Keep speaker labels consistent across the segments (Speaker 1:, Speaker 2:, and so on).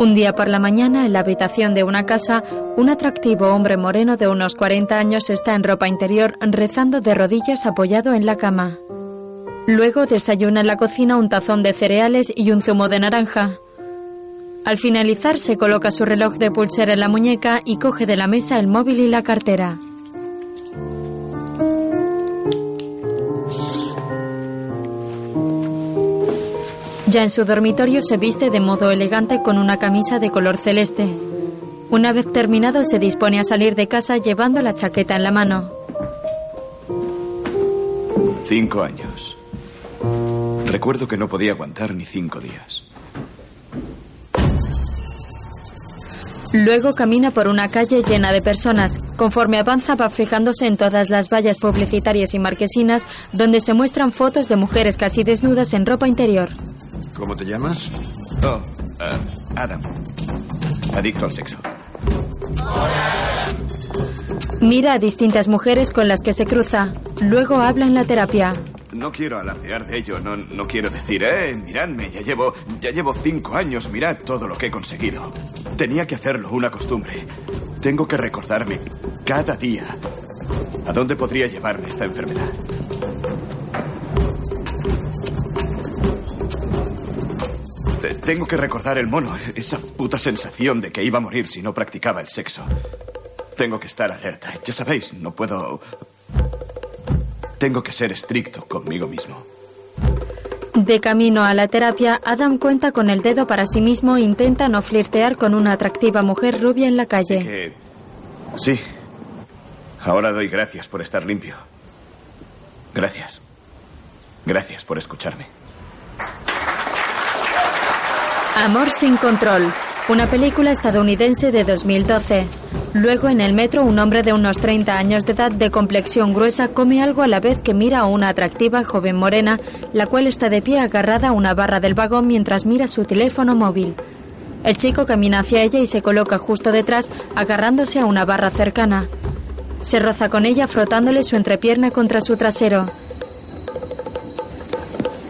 Speaker 1: Un día por la mañana, en la habitación de una casa, un atractivo hombre moreno de unos 40 años está en ropa interior rezando de rodillas apoyado en la cama. Luego desayuna en la cocina un tazón de cereales y un zumo de naranja. Al finalizar se coloca su reloj de pulsera en la muñeca y coge de la mesa el móvil y la cartera. Ya en su dormitorio se viste de modo elegante con una camisa de color celeste. Una vez terminado se dispone a salir de casa llevando la chaqueta en la mano.
Speaker 2: Cinco años. Recuerdo que no podía aguantar ni cinco días.
Speaker 1: Luego camina por una calle llena de personas. Conforme avanza va fijándose en todas las vallas publicitarias y marquesinas donde se muestran fotos de mujeres casi desnudas en ropa interior.
Speaker 2: ¿Cómo te llamas? Oh, eh, Adam. Adicto al sexo.
Speaker 1: Mira a distintas mujeres con las que se cruza. Luego habla en la terapia.
Speaker 2: No quiero alardear de ello, no, no quiero decir, eh, miradme, ya llevo, ya llevo cinco años, mirad todo lo que he conseguido. Tenía que hacerlo, una costumbre. Tengo que recordarme cada día a dónde podría llevarme esta enfermedad. Te- Tengo que recordar el mono, esa puta sensación de que iba a morir si no practicaba el sexo. Tengo que estar alerta, ya sabéis, no puedo... Tengo que ser estricto conmigo mismo.
Speaker 1: De camino a la terapia, Adam cuenta con el dedo para sí mismo e intenta no flirtear con una atractiva mujer rubia en la calle.
Speaker 2: Que... Sí. Ahora doy gracias por estar limpio. Gracias. Gracias por escucharme.
Speaker 1: Amor sin control, una película estadounidense de 2012. Luego en el metro un hombre de unos 30 años de edad de complexión gruesa come algo a la vez que mira a una atractiva joven morena, la cual está de pie agarrada a una barra del vagón mientras mira su teléfono móvil. El chico camina hacia ella y se coloca justo detrás, agarrándose a una barra cercana. Se roza con ella frotándole su entrepierna contra su trasero.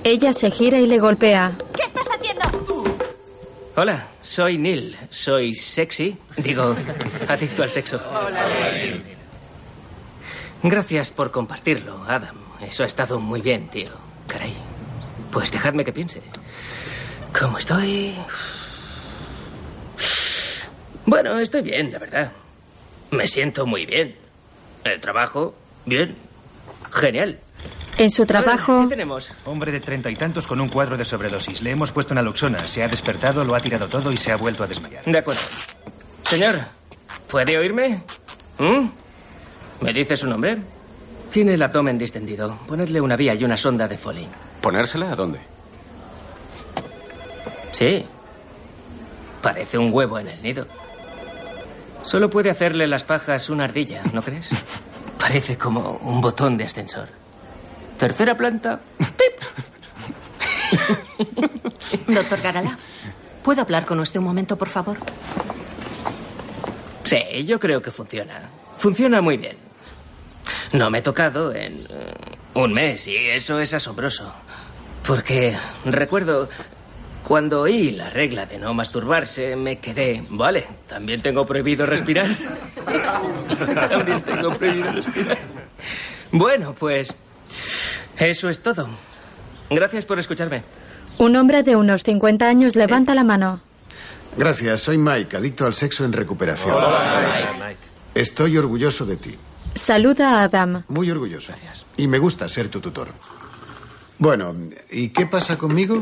Speaker 1: Ella se gira y le golpea.
Speaker 3: ¿Qué estás haciendo?
Speaker 4: Hola, soy Neil. Soy sexy. Digo, adicto al sexo. Hola, Gracias por compartirlo, Adam. Eso ha estado muy bien, tío. Caray. Pues dejadme que piense. ¿Cómo estoy? Bueno, estoy bien, la verdad. Me siento muy bien. El trabajo, bien. Genial.
Speaker 1: En su trabajo...
Speaker 4: ¿Qué tenemos?
Speaker 5: Hombre de treinta y tantos con un cuadro de sobredosis. Le hemos puesto una loxona. Se ha despertado, lo ha tirado todo y se ha vuelto a desmayar.
Speaker 4: De acuerdo. Señor, ¿puede oírme? ¿Mm? ¿Me dice su nombre? Tiene el abdomen distendido. Ponedle una vía y una sonda de Foley.
Speaker 6: ¿Ponérsela a dónde?
Speaker 4: Sí. Parece un huevo en el nido. Solo puede hacerle las pajas una ardilla, ¿no crees? Parece como un botón de ascensor. Tercera planta.
Speaker 3: Doctor Garala, ¿puedo hablar con usted un momento, por favor?
Speaker 4: Sí, yo creo que funciona. Funciona muy bien. No me he tocado en eh, un mes y eso es asombroso. Porque recuerdo cuando oí la regla de no masturbarse, me quedé. Vale, también tengo prohibido respirar. también tengo prohibido respirar. Bueno, pues. Eso es todo. Gracias por escucharme.
Speaker 1: Un hombre de unos 50 años levanta la mano.
Speaker 7: Gracias, soy Mike, adicto al sexo en recuperación. Estoy orgulloso de ti.
Speaker 1: Saluda a Adam.
Speaker 7: Muy orgulloso. Gracias. Y me gusta ser tu tutor. Bueno, ¿y qué pasa conmigo?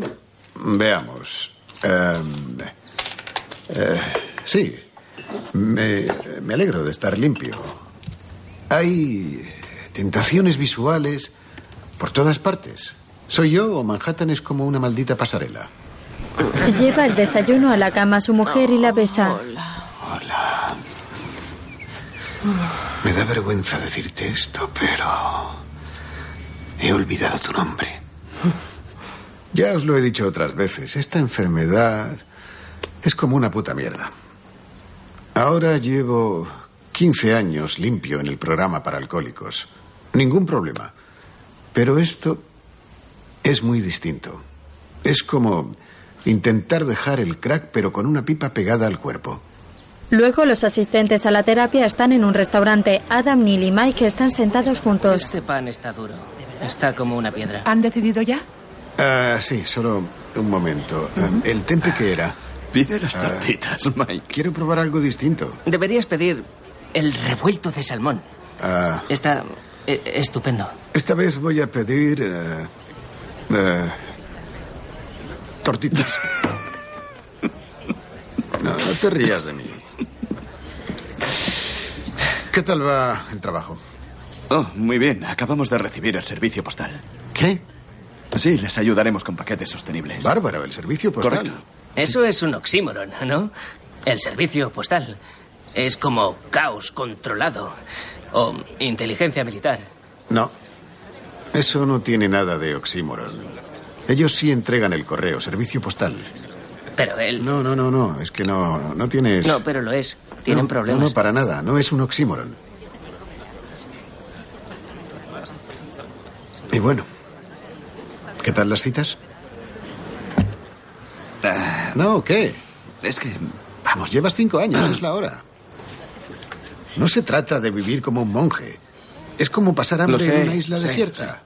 Speaker 7: Veamos. Em, eh, sí, me, me alegro de estar limpio. Hay tentaciones visuales por todas partes. ¿Soy yo o Manhattan es como una maldita pasarela?
Speaker 1: Lleva el desayuno a la cama a su mujer y la besa.
Speaker 7: Hola. Me da vergüenza decirte esto, pero he olvidado tu nombre. Ya os lo he dicho otras veces, esta enfermedad es como una puta mierda. Ahora llevo 15 años limpio en el programa para alcohólicos. Ningún problema. Pero esto es muy distinto. Es como Intentar dejar el crack pero con una pipa pegada al cuerpo.
Speaker 1: Luego los asistentes a la terapia están en un restaurante. Adam, Neil y Mike están sentados juntos.
Speaker 4: Este pan está duro. Está como una piedra.
Speaker 6: ¿Han decidido ya?
Speaker 7: Ah, sí, solo un momento. Ah, ¿El tempe qué era? ah,
Speaker 2: Pide las tortitas, Mike.
Speaker 7: Quiero probar algo distinto.
Speaker 4: Deberías pedir el revuelto de salmón.
Speaker 7: Ah,
Speaker 4: Está eh, estupendo.
Speaker 7: esta vez voy a pedir... eh, eh, tortitas. No, no te rías de mí. ¿Qué tal va el trabajo?
Speaker 2: Oh, muy bien. Acabamos de recibir el servicio postal.
Speaker 7: ¿Qué?
Speaker 2: Sí, les ayudaremos con paquetes sostenibles.
Speaker 7: Bárbaro, el servicio postal.
Speaker 2: Correcto.
Speaker 4: Eso es un oxímoron, ¿no? El servicio postal. Es como caos controlado o inteligencia militar.
Speaker 7: No. Eso no tiene nada de oxímoron. Ellos sí entregan el correo, servicio postal.
Speaker 4: Pero él...
Speaker 7: No, no, no, no. Es que no, no tienes.
Speaker 4: No, pero lo es. Tienen
Speaker 7: No,
Speaker 4: problemas.
Speaker 7: No, no, para nada. No es un oxímoron. Y bueno. ¿Qué tal las citas? No, ¿qué?
Speaker 2: Ah. Es que.
Speaker 7: Vamos, llevas cinco años, es la hora. No se trata de vivir como un monje. Es como pasar hambre
Speaker 2: Lo sé,
Speaker 7: en una isla
Speaker 2: sé,
Speaker 7: desierta.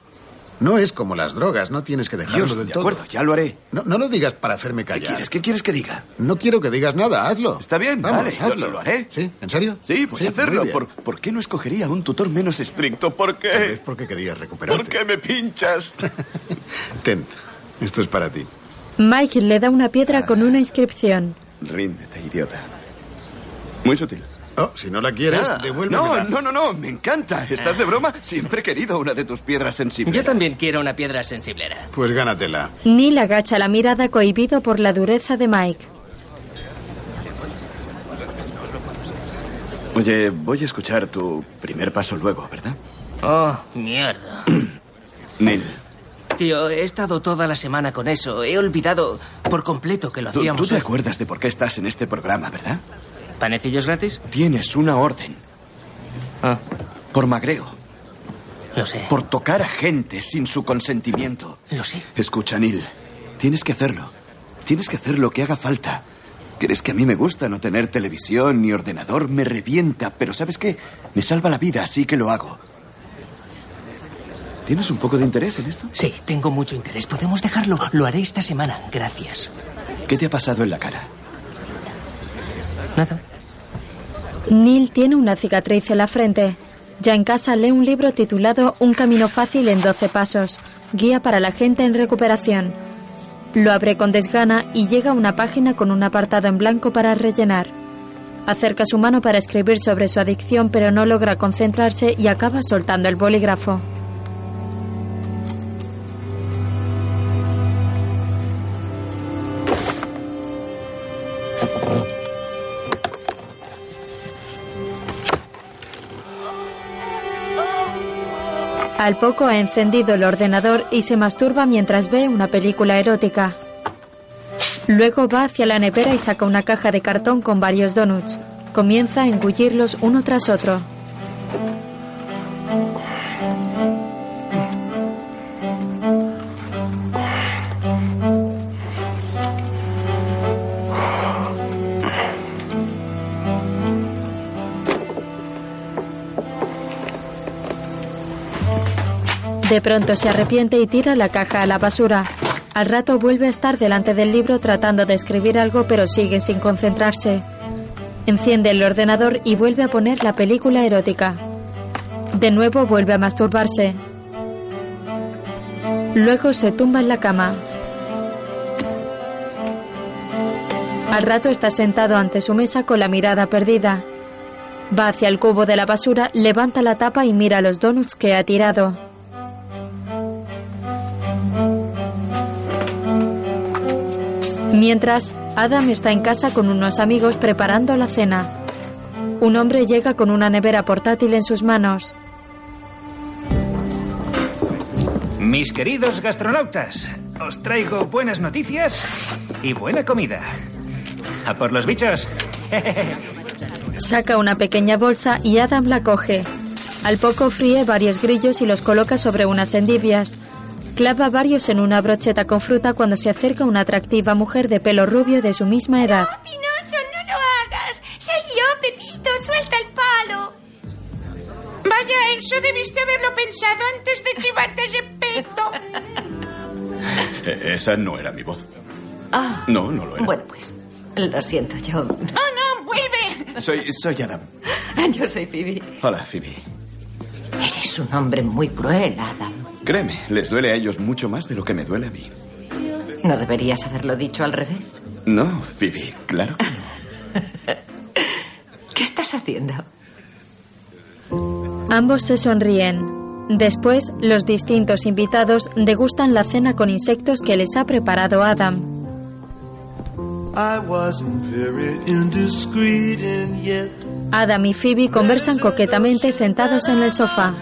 Speaker 7: No es como las drogas, no tienes que dejarlo
Speaker 2: Dios,
Speaker 7: del
Speaker 2: de
Speaker 7: todo.
Speaker 2: acuerdo, ya lo haré.
Speaker 7: No, no lo digas para hacerme
Speaker 2: ¿Qué
Speaker 7: callar.
Speaker 2: quieres? ¿Qué quieres que diga?
Speaker 7: No quiero que digas nada, hazlo.
Speaker 2: Está bien,
Speaker 7: Vamos,
Speaker 2: vale, yo
Speaker 7: hazlo.
Speaker 2: lo- lo haré.
Speaker 7: ¿Sí? ¿En serio?
Speaker 2: Sí, voy a
Speaker 7: muy
Speaker 2: hacerlo.
Speaker 7: bien.
Speaker 2: ¿Por, ¿por qué no escogería un tutor menos estricto? ¿Por
Speaker 7: Tal vez
Speaker 2: qué?
Speaker 7: porque querías recuperarte.
Speaker 2: ¿Por qué me pinchas?
Speaker 7: Ten, esto es para ti.
Speaker 1: Mike le da una piedra con una inscripción.
Speaker 2: Ríndete, idiota. Muy sutil.
Speaker 7: Oh, si no la quieres,
Speaker 4: Ah,
Speaker 2: No,
Speaker 7: devuélvemela.
Speaker 2: no, no, no, me encanta. ¿Estás de broma? Siempre he querido una de tus piedras sensibles.
Speaker 4: Yo también quiero una piedra sensiblera.
Speaker 7: Pues gánatela.
Speaker 1: Neil agacha la mirada cohibido por la dureza de Mike.
Speaker 2: Oye, voy a escuchar tu primer paso luego, ¿verdad?
Speaker 4: Oh, mierda.
Speaker 2: Neil,
Speaker 4: Tío, he estado toda la semana con eso. He olvidado por completo que lo
Speaker 2: tú,
Speaker 4: hacíamos.
Speaker 2: tú te
Speaker 4: hoy.
Speaker 2: acuerdas de por qué estás en este programa, ¿verdad?
Speaker 4: ¿Panecillos gratis?
Speaker 2: Tienes una orden.
Speaker 4: Ah,
Speaker 2: Por magreo.
Speaker 4: lo sé.
Speaker 2: Por tocar a gente sin su consentimiento.
Speaker 4: Lo sé.
Speaker 2: Escucha, Neil. Tienes que hacerlo. Tienes que hacer lo que haga falta. Crees que a mí me gusta no tener televisión ni ordenador. Me revienta. Pero ¿sabes qué? Me salva la vida, así que lo hago. ¿Tienes un poco de interés en esto?
Speaker 4: Sí, tengo mucho interés. Podemos dejarlo. Lo haré esta semana. Gracias.
Speaker 2: ¿Qué te ha pasado en la cara?
Speaker 4: Nada.
Speaker 1: Neil tiene una cicatriz en la frente. Ya en casa lee un libro titulado Un camino fácil en 12 pasos, guía para la gente en recuperación. Lo abre con desgana y llega a una página con un apartado en blanco para rellenar. Acerca su mano para escribir sobre su adicción pero no logra concentrarse y acaba soltando el bolígrafo. Al poco ha encendido el ordenador y se masturba mientras ve una película erótica. Luego va hacia la nevera y saca una caja de cartón con varios donuts. Comienza a engullirlos uno tras otro. De pronto se arrepiente y tira la caja a la basura. Al rato vuelve a estar delante del libro tratando de escribir algo pero sigue sin concentrarse. Enciende el ordenador y vuelve a poner la película erótica. De nuevo vuelve a masturbarse. Luego se tumba en la cama. Al rato está sentado ante su mesa con la mirada perdida. Va hacia el cubo de la basura, levanta la tapa y mira los donuts que ha tirado. Mientras, Adam está en casa con unos amigos preparando la cena. Un hombre llega con una nevera portátil en sus manos.
Speaker 5: Mis queridos gastronautas, os traigo buenas noticias y buena comida. A por los bichos.
Speaker 1: Saca una pequeña bolsa y Adam la coge. Al poco fríe varios grillos y los coloca sobre unas endivias. Clava varios en una brocheta con fruta cuando se acerca una atractiva mujer de pelo rubio de su misma edad.
Speaker 6: ¡No, Pinocho, no lo hagas! ¡Soy yo, Pepito! ¡Suelta el palo! Vaya, eso debiste haberlo pensado antes de llevarte a Gepetto.
Speaker 2: E- Esa no era mi voz.
Speaker 3: Ah,
Speaker 2: No, no lo era.
Speaker 3: bueno, pues lo siento yo.
Speaker 6: ¡Oh, no! ¡Vuelve!
Speaker 2: Soy, soy Adam.
Speaker 3: Yo soy Phoebe.
Speaker 2: Hola, Phoebe.
Speaker 3: Eres un hombre muy cruel, Adam.
Speaker 2: Créeme, les duele a ellos mucho más de lo que me duele a mí.
Speaker 3: No deberías haberlo dicho al revés.
Speaker 2: No, Phoebe, claro. que no.
Speaker 3: ¿Qué estás haciendo?
Speaker 1: Ambos se sonríen. Después, los distintos invitados degustan la cena con insectos que les ha preparado Adam.
Speaker 8: I wasn't very indiscreet, and yet
Speaker 1: Adam y Phoebe conversan coquetamente sentados en el sofá.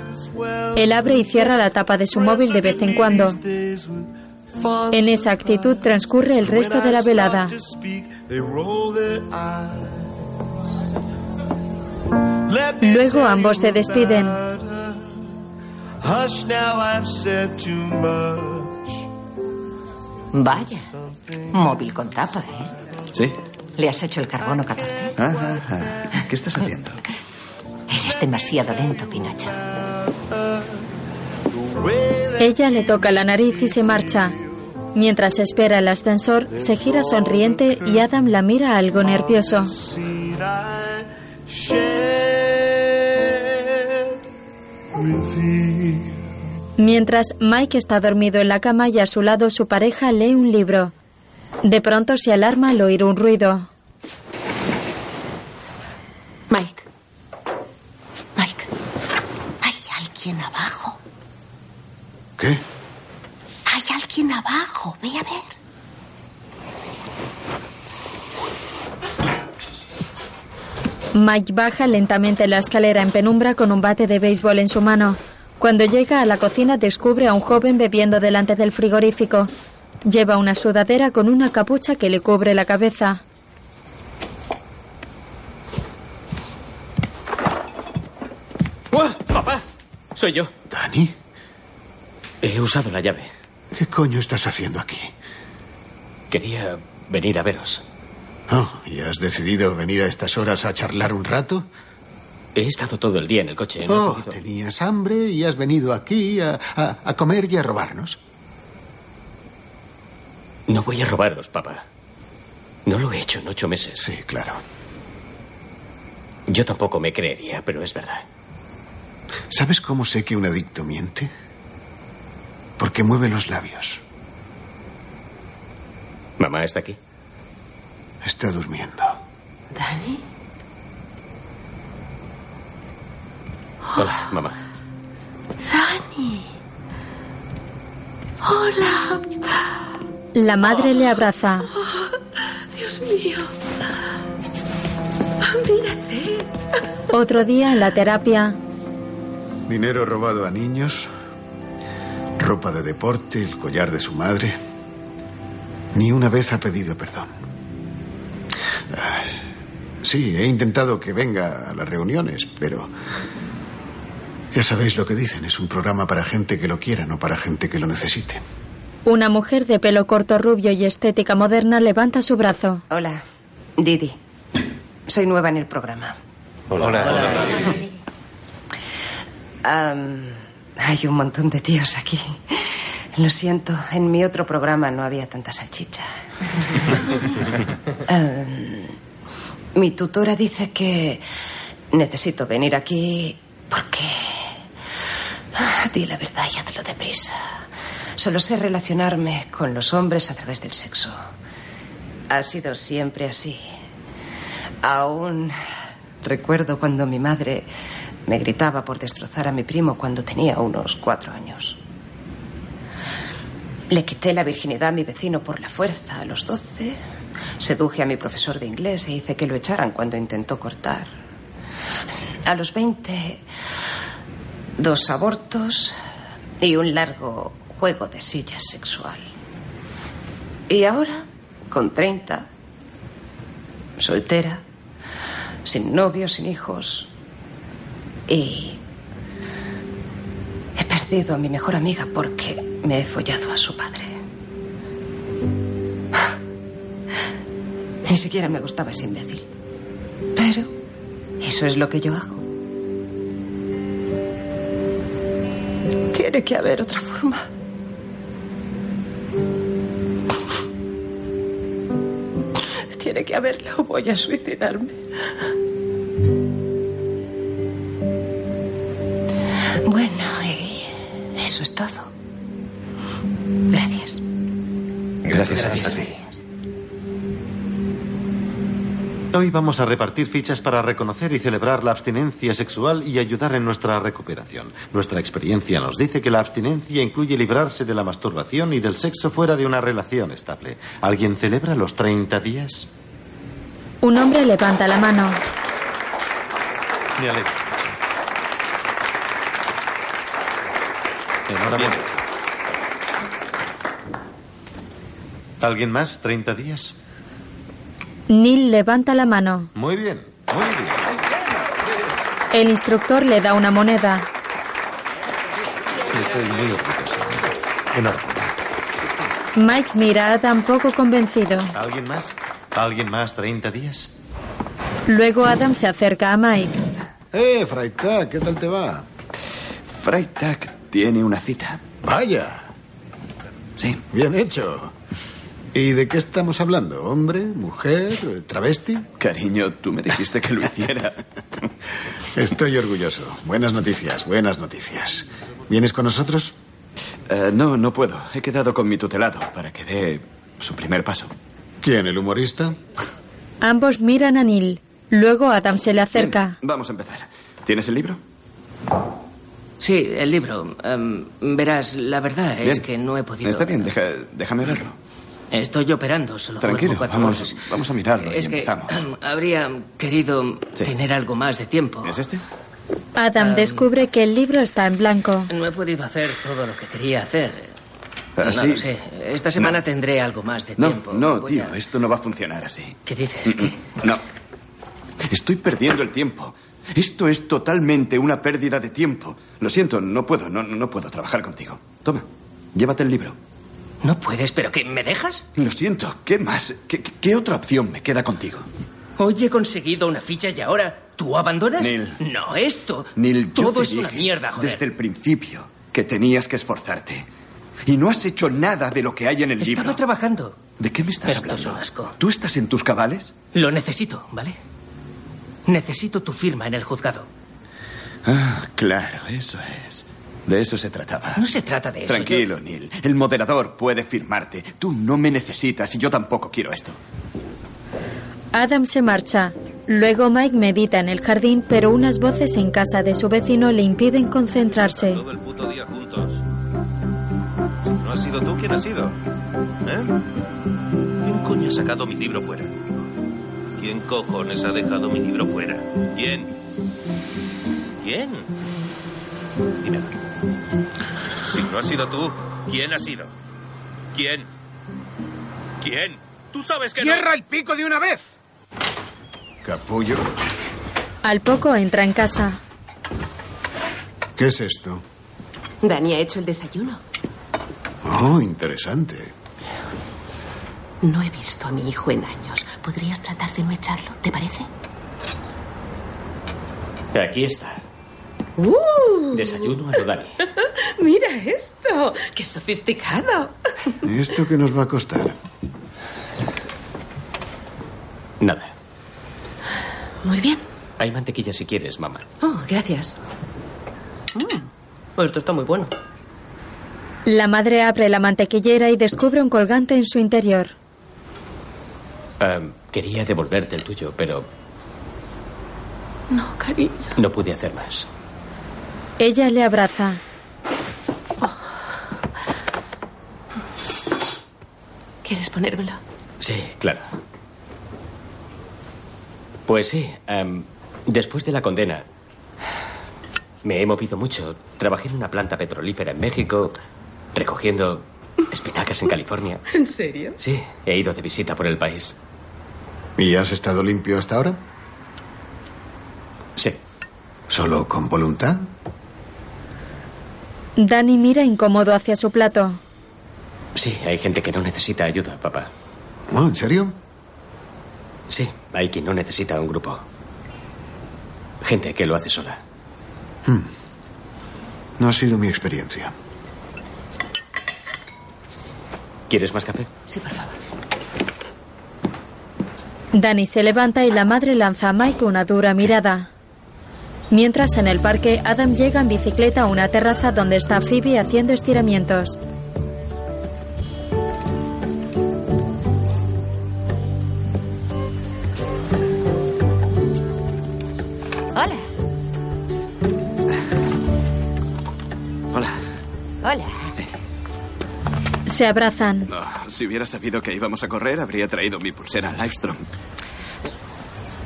Speaker 1: Él abre y cierra la tapa de su móvil de vez en cuando.
Speaker 8: days with fond
Speaker 1: En esa actitud transcurre el resto de la velada.
Speaker 8: to speak, they roll their eyes. Let me
Speaker 1: Luego ambos se despiden.
Speaker 8: tell her, hush now, I've said too much.
Speaker 3: Vaya, móvil con tapa, ¿eh?
Speaker 2: ¿Sí?
Speaker 3: ¿Le has hecho el carbono 14?
Speaker 2: Ah, ah, ah. ¿Qué estás haciendo?
Speaker 3: Eres demasiado lento, Pinocho.
Speaker 1: Ella le toca la nariz y se marcha. Mientras espera el ascensor, se gira sonriente y Adam la mira algo nervioso.
Speaker 8: Seed I shared with thee.
Speaker 1: Mientras Mike está dormido en la cama y a su lado su pareja lee un libro. De pronto se alarma al oír un ruido.
Speaker 3: Mike. Mike. Hay alguien abajo.
Speaker 7: ¿Qué?
Speaker 6: Hay alguien abajo. Ve a ver.
Speaker 1: Mike baja lentamente la escalera en penumbra con un bate de béisbol en su mano. Cuando llega a la cocina descubre a un joven bebiendo delante del frigorífico. Lleva una sudadera con una capucha que le cubre la cabeza.
Speaker 9: ¡Buah! ¡Papá! Soy yo.
Speaker 7: ¿Dani?
Speaker 9: He usado la llave.
Speaker 7: ¿Qué coño estás haciendo aquí?
Speaker 9: Quería venir a veros.
Speaker 7: Oh, ¿Y has decidido venir a estas horas a charlar un rato?
Speaker 9: He estado todo el día en el coche. no he
Speaker 7: Oh,
Speaker 9: podido-
Speaker 7: tenías hambre y has venido aquí a, a- a comer y a robarnos.
Speaker 9: No voy a robaros, papá. No lo he hecho en ocho meses.
Speaker 7: Sí, claro.
Speaker 9: Yo tampoco me creería, pero es verdad.
Speaker 7: ¿Sabes cómo sé que un adicto miente? Porque mueve los labios.
Speaker 9: Mamá está aquí.
Speaker 7: Está durmiendo.
Speaker 3: ¿Dani?
Speaker 9: Hola, mamá.
Speaker 1: La madre le abraza. Otro día en la terapia,
Speaker 7: Dinero robado a niños, ropa de deporte, el collar de su madre. Ni una vez ha pedido perdón. Ah, Sí, he intentado que venga a las reuniones, pero... Ya sabéis lo que dicen, es un programa para gente que lo quiera, no para gente que lo necesite.
Speaker 1: una mujer de pelo corto rubio y estética moderna levanta su brazo.
Speaker 10: Hola, Didi. Soy nueva en el programa.
Speaker 9: Hola.
Speaker 10: Am, hay un montón de tíos aquí. Lo siento, en mi otro programa no había tanta salchicha. Am, mi tutora dice que necesito venir aquí porque... Ah, di la verdad y hazlo deprisa. Solo sé relacionarme con los hombres a través del sexo. Ha sido siempre así. Aún recuerdo cuando mi madre me gritaba por destrozar a mi primo cuando tenía unos cuatro años. Le quité la virginidad a mi vecino por la fuerza a los doce. Seduje a mi profesor de inglés e hice que lo echaran cuando intentó cortar. A los veinte, dos abortos y un largo juego de sillas sexual. Y ahora, con 30, soltera, sin novio, sin hijos. Y he perdido a mi mejor amiga porque Me he follado a su padre. Ni siquiera me gustaba ese imbécil. Pero eso es lo que yo hago. Tiene que haber otra forma. Tiene que haberla o voy a suicidarme. Bueno, y eso es todo. Gracias.
Speaker 11: Gracias, a ti. Hoy vamos a repartir fichas para reconocer y celebrar la abstinencia sexual y ayudar en nuestra recuperación. Nuestra experiencia nos dice que la abstinencia incluye librarse de la masturbación y del sexo fuera de una relación estable. ¿Alguien celebra los 30 días?
Speaker 1: Un hombre levanta la mano.
Speaker 11: Me alegro. Enhorabuena. ¿Alguien más? ¿30 días?
Speaker 1: Neil levanta la mano.
Speaker 11: Muy bien, muy bien.
Speaker 1: El instructor le da una moneda.
Speaker 11: Estoy muy orgulloso. Enhorabuena.
Speaker 1: Mike mira a Adam poco convencido.
Speaker 11: ¿Alguien más? ¿Alguien más? ¿30 días?
Speaker 1: Luego Adam se acerca a Mike.
Speaker 7: Eh, Freitag, ¿qué tal te va?
Speaker 2: Freitag tiene una cita.
Speaker 7: Vaya.
Speaker 2: Sí.
Speaker 7: Bien hecho. ¿Y de qué estamos hablando? ¿Hombre? ¿Mujer? ¿Travesti?
Speaker 2: Cariño, tú me dijiste que lo hiciera.
Speaker 7: Estoy orgulloso. Buenas noticias, buenas noticias. ¿Vienes con nosotros?
Speaker 2: Eh, no, no puedo. He quedado con mi tutelado para que dé su primer paso.
Speaker 7: ¿Quién, el humorista?
Speaker 1: Ambos miran a Neil. Luego Adam se le acerca.
Speaker 2: Vamos a empezar. ¿Tienes el libro?
Speaker 4: Sí, el libro. Em, verás, la verdad es
Speaker 2: Bien.
Speaker 4: que no he podido.
Speaker 2: Está bien, deja- déjame verlo.
Speaker 4: Estoy operando, solo
Speaker 2: Tranquilo,
Speaker 4: duermo cuatro
Speaker 2: vamos,
Speaker 4: horas. Eh,
Speaker 2: vamos a mirarlo
Speaker 4: Es
Speaker 2: y
Speaker 4: que em,
Speaker 2: empezamos.
Speaker 4: habría querido tener algo más de tiempo.
Speaker 2: ¿Es este?
Speaker 1: Adam
Speaker 4: Ah.
Speaker 1: descubre que el libro está en blanco.
Speaker 4: No he podido hacer todo lo que quería hacer.
Speaker 2: Ah,
Speaker 4: no
Speaker 2: sí.
Speaker 4: lo sé. Esta semana tendré algo más de
Speaker 2: No,
Speaker 4: tiempo.
Speaker 2: no,
Speaker 4: Voy
Speaker 2: tío,
Speaker 4: a-
Speaker 2: esto no va a funcionar así. Mm,
Speaker 4: ¿Qué dices?
Speaker 2: No. Estoy perdiendo el tiempo. Esto es totalmente una pérdida de tiempo. Lo siento, no puedo, no, no puedo trabajar contigo. Toma, llévate el libro.
Speaker 4: No puedes, pero que me dejas.
Speaker 2: Lo siento, ¿qué más? ¿Qué, qué- qué otra opción me queda contigo?
Speaker 4: Hoy he conseguido una ficha y ahora tú abandonas.
Speaker 2: Neil.
Speaker 4: No, esto.
Speaker 2: Neil, yo
Speaker 4: todo
Speaker 2: te
Speaker 4: es una
Speaker 2: dije
Speaker 4: mierda, joder.
Speaker 2: Desde el principio que tenías que esforzarte. Y no has hecho nada de lo que hay en el
Speaker 4: Estaba
Speaker 2: libro.
Speaker 4: trabajando.
Speaker 2: ¿De qué me estás
Speaker 4: Esto es
Speaker 2: hablando?
Speaker 4: un asco.
Speaker 2: ¿Tú estás en tus cabales?
Speaker 4: Lo necesito, ¿vale? Necesito tu firma en el juzgado.
Speaker 2: Ah, claro, eso es. De eso se trataba.
Speaker 4: No se trata de eso.
Speaker 2: Tranquilo, Neil. El moderador puede firmarte. Tú no me necesitas y yo tampoco quiero esto.
Speaker 1: Adam se marcha. Luego Mike medita en el jardín, pero unas voces en casa de su vecino le impiden concentrarse.
Speaker 12: Todo el puto día juntos. ¿No has sido tú quien ha sido? ¿Eh? ¿Quién coño ha sacado mi libro fuera? ¿Quién cojones ha dejado mi libro fuera? ¿Quién? ¿Quién? Dime. Si no has sido tú, ¿quién ha sido? ¿Quién? ¿Quién? Tú sabes que no.
Speaker 13: el pico de una vez!
Speaker 7: Capullo.
Speaker 1: Al poco entra en casa.
Speaker 7: ¿Qué es esto?
Speaker 3: Dani ha hecho el desayuno.
Speaker 7: Oh, interesante.
Speaker 3: No he visto a mi hijo en años. Podrías tratar de no echarlo, ¿te parece?
Speaker 9: Aquí está.
Speaker 13: Uh.
Speaker 9: Desayuno a lo Dani.
Speaker 3: Mira esto. Qué sofisticado.
Speaker 7: ¿Y esto qué nos va a costar?
Speaker 9: Nada.
Speaker 3: Muy bien.
Speaker 9: Hay mantequilla si quieres, mamá.
Speaker 3: Oh, gracias. Mm,
Speaker 13: Pues
Speaker 3: esto está muy bueno.
Speaker 1: La madre abre la mantequillera y descubre un colgante en su interior.
Speaker 9: Am, quería devolverte el tuyo, pero
Speaker 3: No, cariño.
Speaker 9: no pude hacer más.
Speaker 1: Ella le abraza.
Speaker 3: ¿Quieres ponérmelo?
Speaker 9: Sí, claro. Pues sí, em, después de la condena me he movido mucho. Trabajé en una planta petrolífera en México, recogiendo espinacas en California.
Speaker 3: ¿En serio?
Speaker 9: Sí, he ido de visita por el país.
Speaker 7: ¿Y has estado limpio hasta ahora?
Speaker 9: Sí.
Speaker 7: ¿Solo con voluntad?
Speaker 1: Danny mira incómodo hacia su plato.
Speaker 9: Sí, hay gente que no necesita ayuda, papá.
Speaker 7: ¿Ah, ¿En serio?
Speaker 9: Sí, hay quien no necesita un grupo. Gente que lo hace sola.
Speaker 7: Hmm. No ha sido mi experiencia.
Speaker 9: ¿Quieres más café?
Speaker 3: Sí, por favor.
Speaker 1: Danny se levanta y la madre lanza a Mike una dura mirada. Mientras en el parque, Adam llega en bicicleta a una terraza donde está Phoebe haciendo estiramientos.
Speaker 13: Hola,
Speaker 2: Hola.
Speaker 13: hola.
Speaker 1: Se abrazan.
Speaker 2: Ah, si hubiera sabido que íbamos a correr, habría traído mi pulsera Livestrom.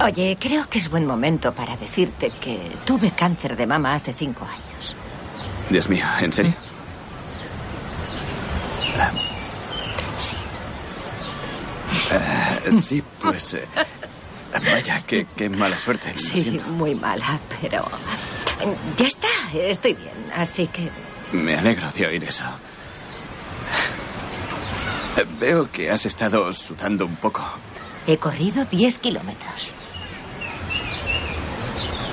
Speaker 13: Oye, creo que es buen momento para decirte que tuve cáncer de mama hace cinco años.
Speaker 2: Dios mío, ¿en serio?
Speaker 13: Sí.
Speaker 2: sí, pues. eh, vaya, qué, qué mala suerte. Lo
Speaker 13: Sí,
Speaker 2: siento.
Speaker 13: muy mala, pero... eh, Ya está, estoy bien, así que...
Speaker 2: Me alegro de oír eso. Eh, Veo que has estado sudando un poco.
Speaker 13: He corrido 10 kilómetros.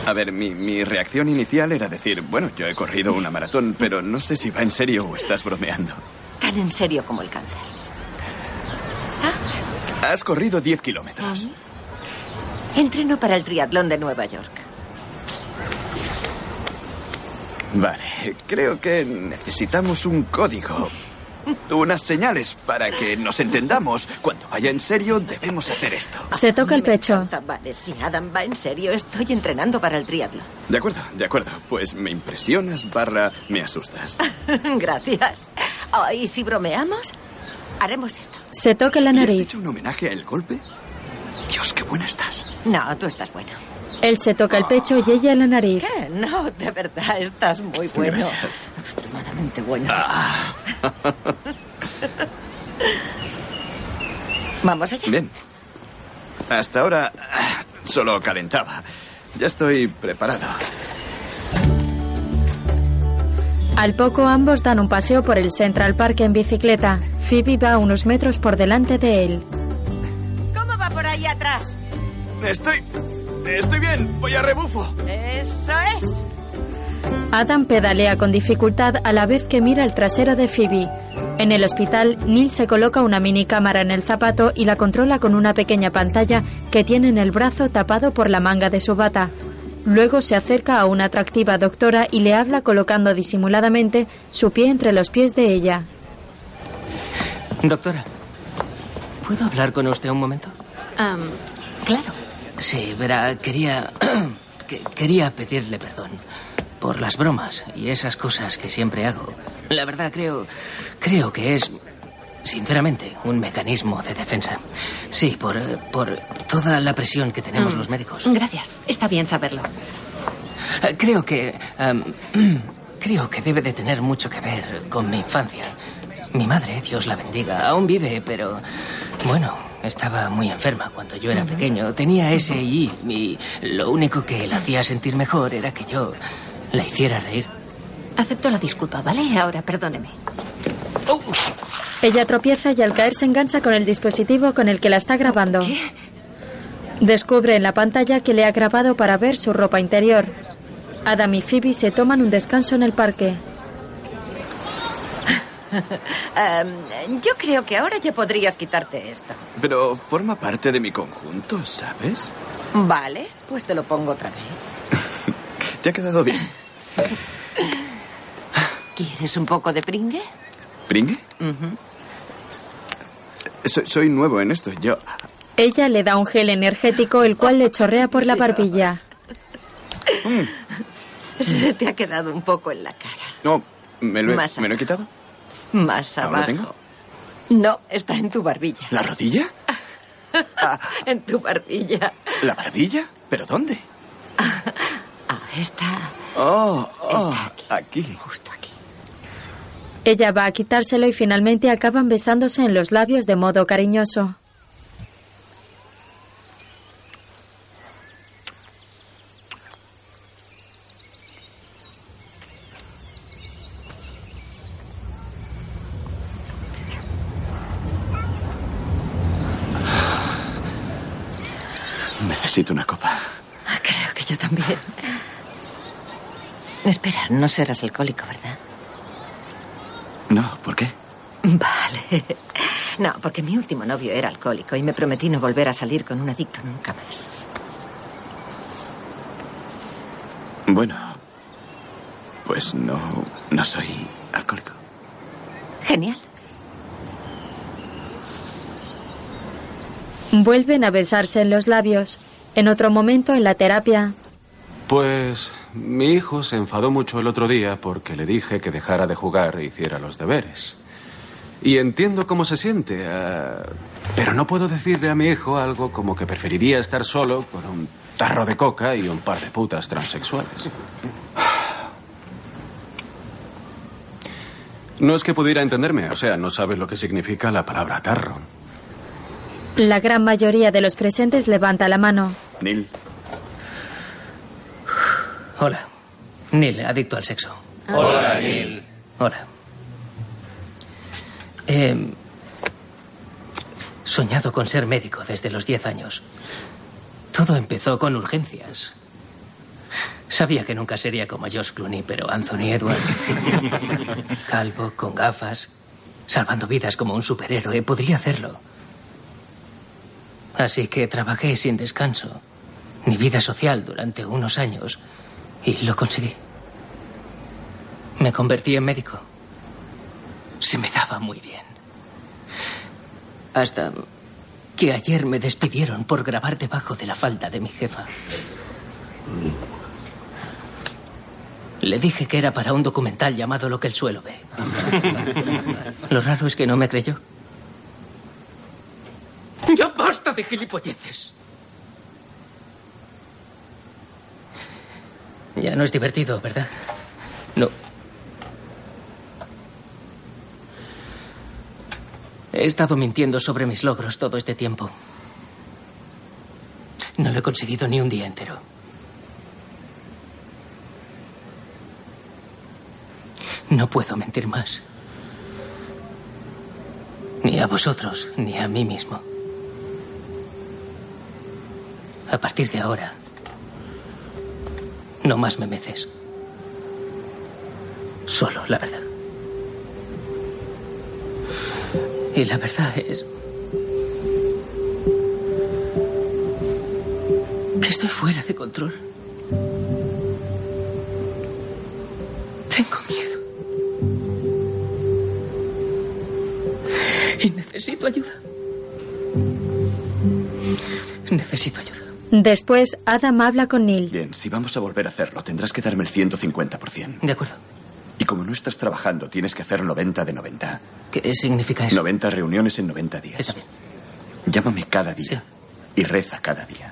Speaker 2: A ver, mi, mi reacción inicial era decir, bueno, yo he corrido una maratón, pero no sé si va en serio o estás bromeando.
Speaker 13: Tan en serio como el cáncer.
Speaker 2: Has corrido 10 kilómetros.
Speaker 13: Entreno para el triatlón de Nueva York.
Speaker 2: Vale, creo que necesitamos un código. Unas señales para que nos entendamos. Cuando vaya en serio, debemos hacer esto.
Speaker 1: Se toca el pecho.
Speaker 13: Ah, Vale, sí, Adam, va en serio, estoy entrenando para el triatlón.
Speaker 2: De acuerdo, de acuerdo. Pues me impresionas barra me asustas.
Speaker 13: Gracias. Oh, ¿Y si bromeamos? Haremos esto.
Speaker 1: Se toca la
Speaker 2: ¿Le has
Speaker 1: nariz.
Speaker 2: hecho un homenaje al golpe? Dios, qué buena estás.
Speaker 13: No, tú estás bueno.
Speaker 1: Él se toca el pecho y ella la nariz.
Speaker 13: ¿Qué? No, de verdad, estás muy bueno. Extremadamente bueno. Vamos allá.
Speaker 2: Bien. Hasta ahora ah, solo calentaba. Ya estoy preparado.
Speaker 1: Al poco ambos dan un paseo por el Central Park en bicicleta. Phoebe va unos metros por delante de él.
Speaker 13: ¿Cómo va por ahí atrás?
Speaker 2: Estoy. Estoy bien, voy a rebufo.
Speaker 13: Eso es.
Speaker 1: Adam pedalea con dificultad a la vez que mira el trasero de Phoebe. En el hospital, Neil se coloca una mini cámara en el zapato y la controla con una pequeña pantalla que tiene en el brazo tapado por la manga de su bata. Luego se acerca a una atractiva doctora y le habla colocando disimuladamente su pie entre los pies de ella.
Speaker 4: Doctora, ¿puedo hablar con usted un momento?
Speaker 13: Am, claro.
Speaker 4: Sí, verá, quería. que- quería pedirle perdón por las bromas y esas cosas que siempre hago. La verdad, creo. creo que es. Sinceramente, un mecanismo de defensa. Sí, por, eh, por toda la presión que tenemos
Speaker 13: Mm.
Speaker 4: los médicos.
Speaker 13: Gracias. Está bien saberlo.
Speaker 4: Eh, Creo que. am, creo que debe de tener mucho que ver con mi infancia. Mi madre, Dios la bendiga, aún vive, pero. Bueno, estaba muy enferma cuando yo era
Speaker 13: Ujú.
Speaker 4: pequeño. Tenía SI y lo único que la hacía sentir mejor era que yo la hiciera reír.
Speaker 13: Acepto la disculpa, ¿vale? Ahora perdóneme.
Speaker 1: Ella tropieza y al caer se engancha con el dispositivo con el que la está grabando. Descubre en la pantalla que le ha grabado para ver su ropa interior. Adam y Phoebe se toman un descanso en el parque.
Speaker 13: Am, Em, yo creo que ahora ya podrías quitarte esto.
Speaker 2: Pero forma parte de mi conjunto, ¿sabes?
Speaker 13: Vale, pues te lo pongo otra vez.
Speaker 2: Te ha quedado bien.
Speaker 13: ¿Quieres un poco de pringue?
Speaker 2: ¿Pringue?
Speaker 13: Ujú.
Speaker 2: Soy, soy nuevo en esto. Yo.
Speaker 1: Ella le da un gel energético, el cual le chorrea por la barbilla.
Speaker 13: Se te ha quedado un poco en la cara.
Speaker 2: No, me lo he,
Speaker 13: Más
Speaker 2: me lo he quitado.
Speaker 13: Más
Speaker 2: ¿Aún lo
Speaker 13: abajo.
Speaker 2: tengo?
Speaker 13: No, está en tu barbilla.
Speaker 2: ¿La rodilla?
Speaker 13: en tu barbilla.
Speaker 2: ¿La barbilla? ¿Pero dónde?
Speaker 13: Ah, está.
Speaker 2: Oh, oh, aquí.
Speaker 1: Ella va a quitárselo y finalmente acaban besándose en los labios de modo cariñoso.
Speaker 2: Necesito una copa.
Speaker 13: Ah, Creo que yo también. Espera, no serás alcohólico, ¿verdad?
Speaker 2: No, ¿por qué?
Speaker 13: Vale. No, porque mi último novio era alcohólico y me prometí no volver a salir con un adicto nunca más.
Speaker 2: Bueno, pues no, no soy alcohólico.
Speaker 13: Genial.
Speaker 1: Vuelven a besarse en los labios. En otro momento, en la terapia,
Speaker 14: Pues mi hijo se enfadó mucho el otro día porque le dije que dejara de jugar e hiciera los deberes. Y entiendo cómo se siente, ah, pero no puedo decirle a mi hijo algo como que preferiría estar solo con un tarro de coca y un par de putas transexuales. No es que pudiera entenderme, o sea, no sabes lo que significa la palabra tarro.
Speaker 1: la gran mayoría de los presentes levanta la mano.
Speaker 2: Neil.
Speaker 4: Hola. Neil, adicto al sexo.
Speaker 12: Hola, Neil.
Speaker 4: Hola. He Em, soñado con ser médico desde los 10 años. Todo empezó con urgencias. Sabía que nunca sería como Josh Clooney, pero Anthony Edwards, calvo, con gafas, salvando vidas como un superhéroe, podría hacerlo. Así que trabajé sin descanso, ni vida social durante unos años, y lo conseguí. Me convertí en médico. Se me daba muy bien. Hasta que ayer me despidieron por grabar debajo de la falda de mi jefa. Le dije que era para un documental llamado Lo que el suelo ve. Lo raro es que no me creyó. Ya basta de gilipolleces. Ya no es divertido, ¿verdad? No. He estado mintiendo sobre mis logros todo este tiempo. No lo he conseguido ni un día entero. No puedo mentir más. Ni a vosotros, ni a mí mismo. A partir de ahora, no más me meces. Solo la verdad. Y la verdad es... que estoy fuera de control. Tengo miedo. Y necesito ayuda. Necesito ayuda.
Speaker 1: Después, Adam habla con Neil.
Speaker 2: Bien, si vamos a volver a hacerlo, tendrás que darme el 150%.
Speaker 4: De acuerdo.
Speaker 2: Y como no estás trabajando, tienes que hacer 90 de 90.
Speaker 4: ¿Qué significa eso?
Speaker 2: 90 reuniones en 90 días. Está
Speaker 4: bien.
Speaker 2: Llámame cada día. Y reza cada día.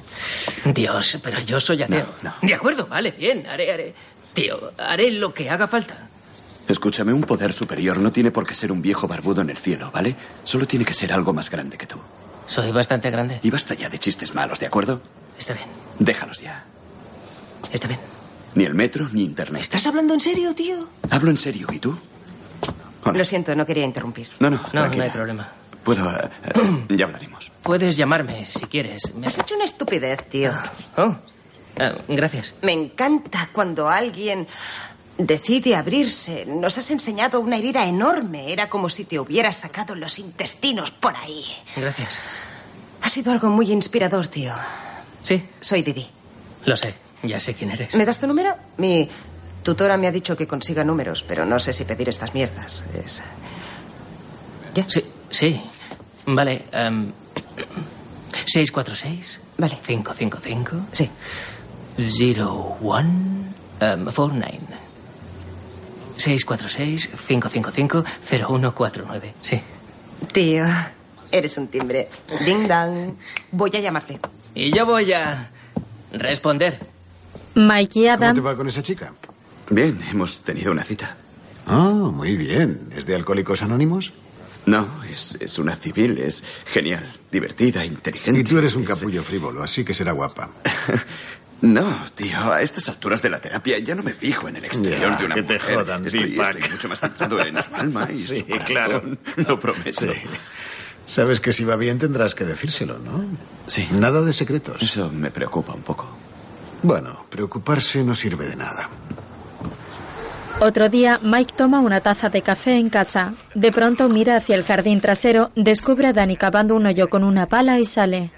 Speaker 4: Dios, pero yo soy ateo.
Speaker 2: No,
Speaker 4: De acuerdo, vale, bien, haré, haré. Tío, haré lo que haga falta.
Speaker 2: Escúchame, un poder superior no tiene por qué ser un viejo barbudo en el cielo, ¿vale? Solo tiene que ser algo más grande que tú.
Speaker 4: Soy bastante grande.
Speaker 2: Y basta ya de chistes malos, ¿de acuerdo?
Speaker 4: Está bien.
Speaker 2: Déjalos ya.
Speaker 4: Está bien.
Speaker 2: Ni el metro, ni internet.
Speaker 10: ¿Estás hablando en serio, tío?
Speaker 2: Hablo en serio, ¿y tú?
Speaker 10: Lo siento, no quería interrumpir.
Speaker 2: No, no,
Speaker 4: No,
Speaker 2: tranquila.
Speaker 4: no hay problema.
Speaker 2: Puedo... eh, eh, ya hablaremos.
Speaker 4: Puedes llamarme si quieres. Me-
Speaker 10: Has hecho una estupidez, tío.
Speaker 4: Oh, ah, gracias.
Speaker 10: Me encanta cuando alguien decide abrirse. Nos has enseñado una herida enorme. Era como si te hubieras sacado los intestinos por ahí.
Speaker 4: Gracias.
Speaker 10: Ha sido algo muy inspirador, tío.
Speaker 4: Sí.
Speaker 10: Soy Didi.
Speaker 4: Lo sé, ya sé quién eres.
Speaker 10: ¿Me das tu número? Mi tutora me ha dicho que consiga números, pero no sé si pedir estas mierdas. Es... ¿Ya?
Speaker 4: Sí, sí. Vale. em, 646.
Speaker 10: Vale.
Speaker 4: 555.
Speaker 10: Sí.
Speaker 4: 01 em, 49. 646-555-0149. Sí.
Speaker 10: Tío, eres un timbre. Ding dang. Voy a llamarte.
Speaker 4: Y yo voy a responder.
Speaker 1: Mike y Adam.
Speaker 7: ¿Cómo te va con esa chica?
Speaker 2: Bien, hemos tenido una cita.
Speaker 7: Ah, muy bien. ¿Es de Alcohólicos Anónimos?
Speaker 2: No, es, es una civil, es genial, divertida, inteligente.
Speaker 7: Y tú eres un capullo frívolo, así que será guapa.
Speaker 2: No, tío, a estas alturas de la terapia ya no me fijo en el exterior
Speaker 7: Ya,
Speaker 2: de una
Speaker 7: que te
Speaker 2: mujer.
Speaker 7: jodan,
Speaker 2: estoy,
Speaker 7: Deepak.
Speaker 2: estoy mucho más centrado en su alma y
Speaker 7: Sí,
Speaker 2: su claro, lo prometo.
Speaker 7: Sabes que si va bien tendrás que decírselo, ¿no? Sí. Nada de secretos.
Speaker 2: Eso me preocupa un poco.
Speaker 7: Bueno, preocuparse no sirve de nada.
Speaker 1: Otro día, Mike toma una taza de café en casa. De pronto mira hacia el jardín trasero, descubre a Danny cavando un hoyo con una pala y sale.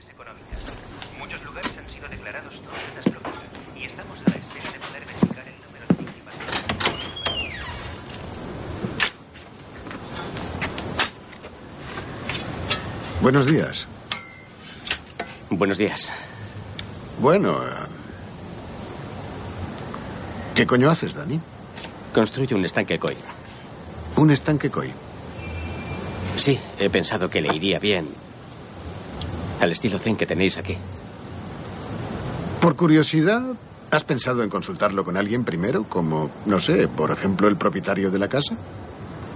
Speaker 7: Buenos días.
Speaker 9: Buenos días.
Speaker 7: Bueno. eh, ¿Qué coño haces, Dani?
Speaker 9: Construyo un estanque koi.
Speaker 7: Un estanque koi.
Speaker 9: Sí, he pensado que le iría bien al estilo zen que tenéis aquí.
Speaker 7: Por curiosidad, ¿has pensado en consultarlo con alguien primero? Como, no sé, por ejemplo, el propietario de la casa.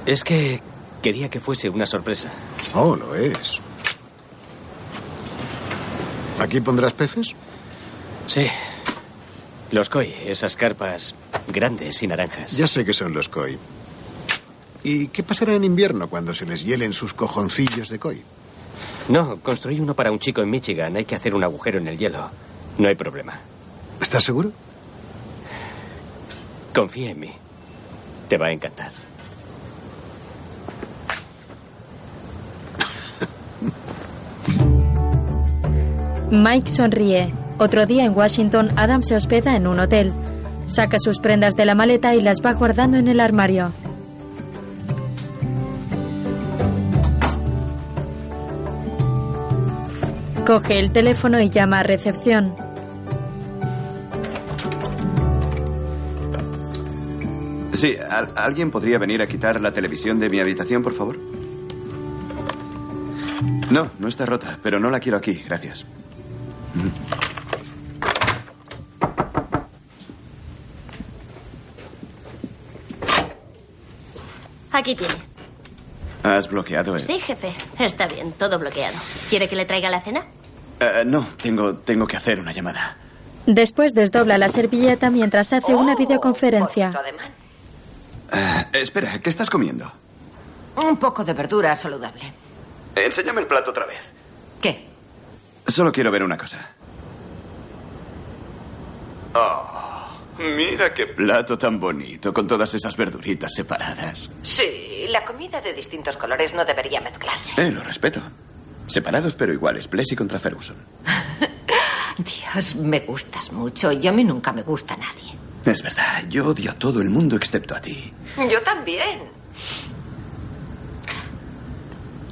Speaker 9: Es que quería que fuese una sorpresa.
Speaker 7: Oh, lo es. ¿Aquí pondrás peces?
Speaker 9: Sí. Los koi, esas carpas grandes y naranjas.
Speaker 7: Ya sé que son los koi. ¿Y qué pasará en invierno cuando se les hielen sus cojoncillos de koi?
Speaker 9: No, construí uno para un chico en Michigan. Hay que hacer un agujero en el hielo. No hay problema.
Speaker 7: ¿Estás seguro?
Speaker 9: Confía en mí. Te va a encantar.
Speaker 1: Mike sonríe. Otro día en Washington, Adam se hospeda en un hotel. Saca sus prendas de la maleta y las va guardando en el armario. Coge el teléfono y llama a recepción.
Speaker 2: Sí, ¿al- ¿alguien podría venir a quitar la televisión de mi habitación, por favor? No, no está rota, pero no la quiero aquí, gracias.
Speaker 6: Aquí tiene.
Speaker 2: ¿Has bloqueado el...?
Speaker 6: Sí, jefe. Está bien, todo bloqueado. ¿Quiere que le traiga la cena?
Speaker 2: Eh, no, tengo, tengo que hacer una llamada.
Speaker 1: Después desdobla la servilleta mientras hace una videoconferencia.
Speaker 2: Eh, espera, ¿qué estás comiendo?
Speaker 13: Un poco de verdura saludable.
Speaker 2: Enséñame el plato otra vez.
Speaker 13: ¿Qué?
Speaker 2: Solo quiero ver una cosa. Oh, mira qué plato tan bonito, con todas esas verduritas separadas.
Speaker 13: Sí, la comida de distintos colores no debería mezclarse.
Speaker 2: Eh, lo respeto. Separados pero iguales, Plessy contra Ferguson.
Speaker 13: Dios, me gustas mucho y a mí nunca me gusta nadie.
Speaker 2: Es verdad, yo odio a todo el mundo excepto a ti.
Speaker 13: Yo también.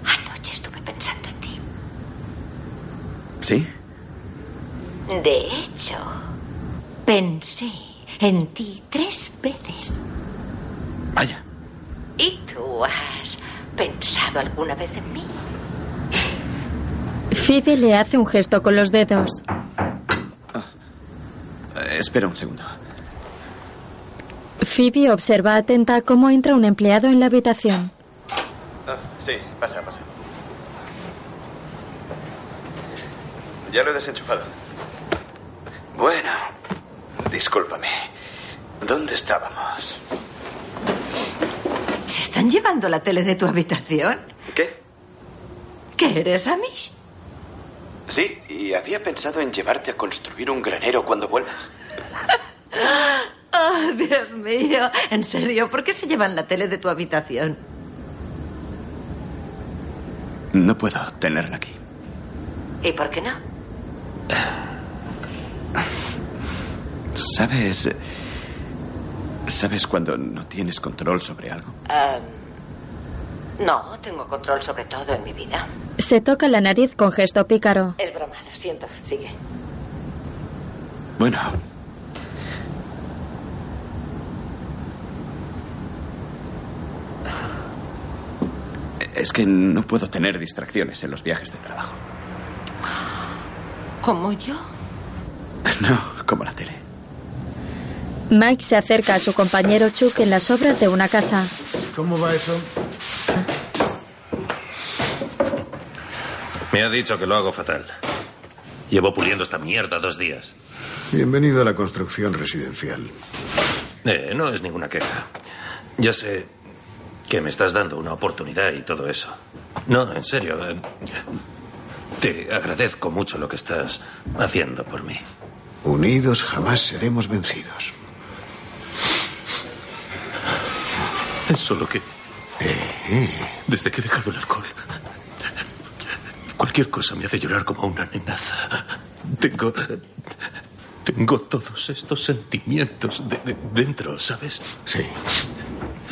Speaker 13: Anoche estuve pensando en ti.
Speaker 2: ¿Sí?
Speaker 13: De hecho, pensé en ti tres veces.
Speaker 2: Vaya.
Speaker 13: ¿Y tú has pensado alguna vez en mí?
Speaker 1: Phoebe le hace un gesto con los dedos.
Speaker 2: Eh, espera un segundo.
Speaker 1: Phoebe observa atenta cómo entra un empleado en la habitación.
Speaker 2: Ah, sí, pasa, pasa. Ya lo he desenchufado. Bueno, discúlpame. ¿Dónde estábamos?
Speaker 13: ¿Se están llevando la tele de tu habitación?
Speaker 2: ¿Qué?
Speaker 13: ¿Que eres Amish?
Speaker 2: Sí, y había pensado en llevarte a construir un granero cuando vuelva.
Speaker 13: Oh, Dios mío. En serio, ¿por qué se llevan la tele de tu habitación?
Speaker 2: No puedo tenerla aquí.
Speaker 13: ¿Y por qué no?
Speaker 2: ¿Sabes? ¿Sabes cuando no tienes control sobre algo?
Speaker 13: Ah, no, tengo control sobre todo en mi vida.
Speaker 1: Se toca la nariz con gesto pícaro.
Speaker 13: Es broma, lo siento. Sigue.
Speaker 2: Bueno. Es que no puedo tener distracciones en los viajes de trabajo.
Speaker 13: ¿Como yo?
Speaker 2: No, como la tele.
Speaker 1: Mike se acerca a su compañero Chuck en las obras de una casa.
Speaker 7: ¿Cómo va eso?
Speaker 12: Me ha dicho que lo hago fatal. Llevo puliendo esta mierda dos días.
Speaker 7: Bienvenido a la construcción residencial.
Speaker 12: Eh, no es ninguna queja. Ya sé Que me estás dando una oportunidad y todo eso. No, en serio. eh, Te agradezco mucho lo que estás haciendo por mí.
Speaker 7: Unidos jamás seremos vencidos.
Speaker 12: Solo que. eh, Desde que he dejado el alcohol. Cualquier cosa me hace llorar como una nenaza. Tengo. Tengo todos estos sentimientos de- de- dentro, ¿sabes?
Speaker 7: Sí.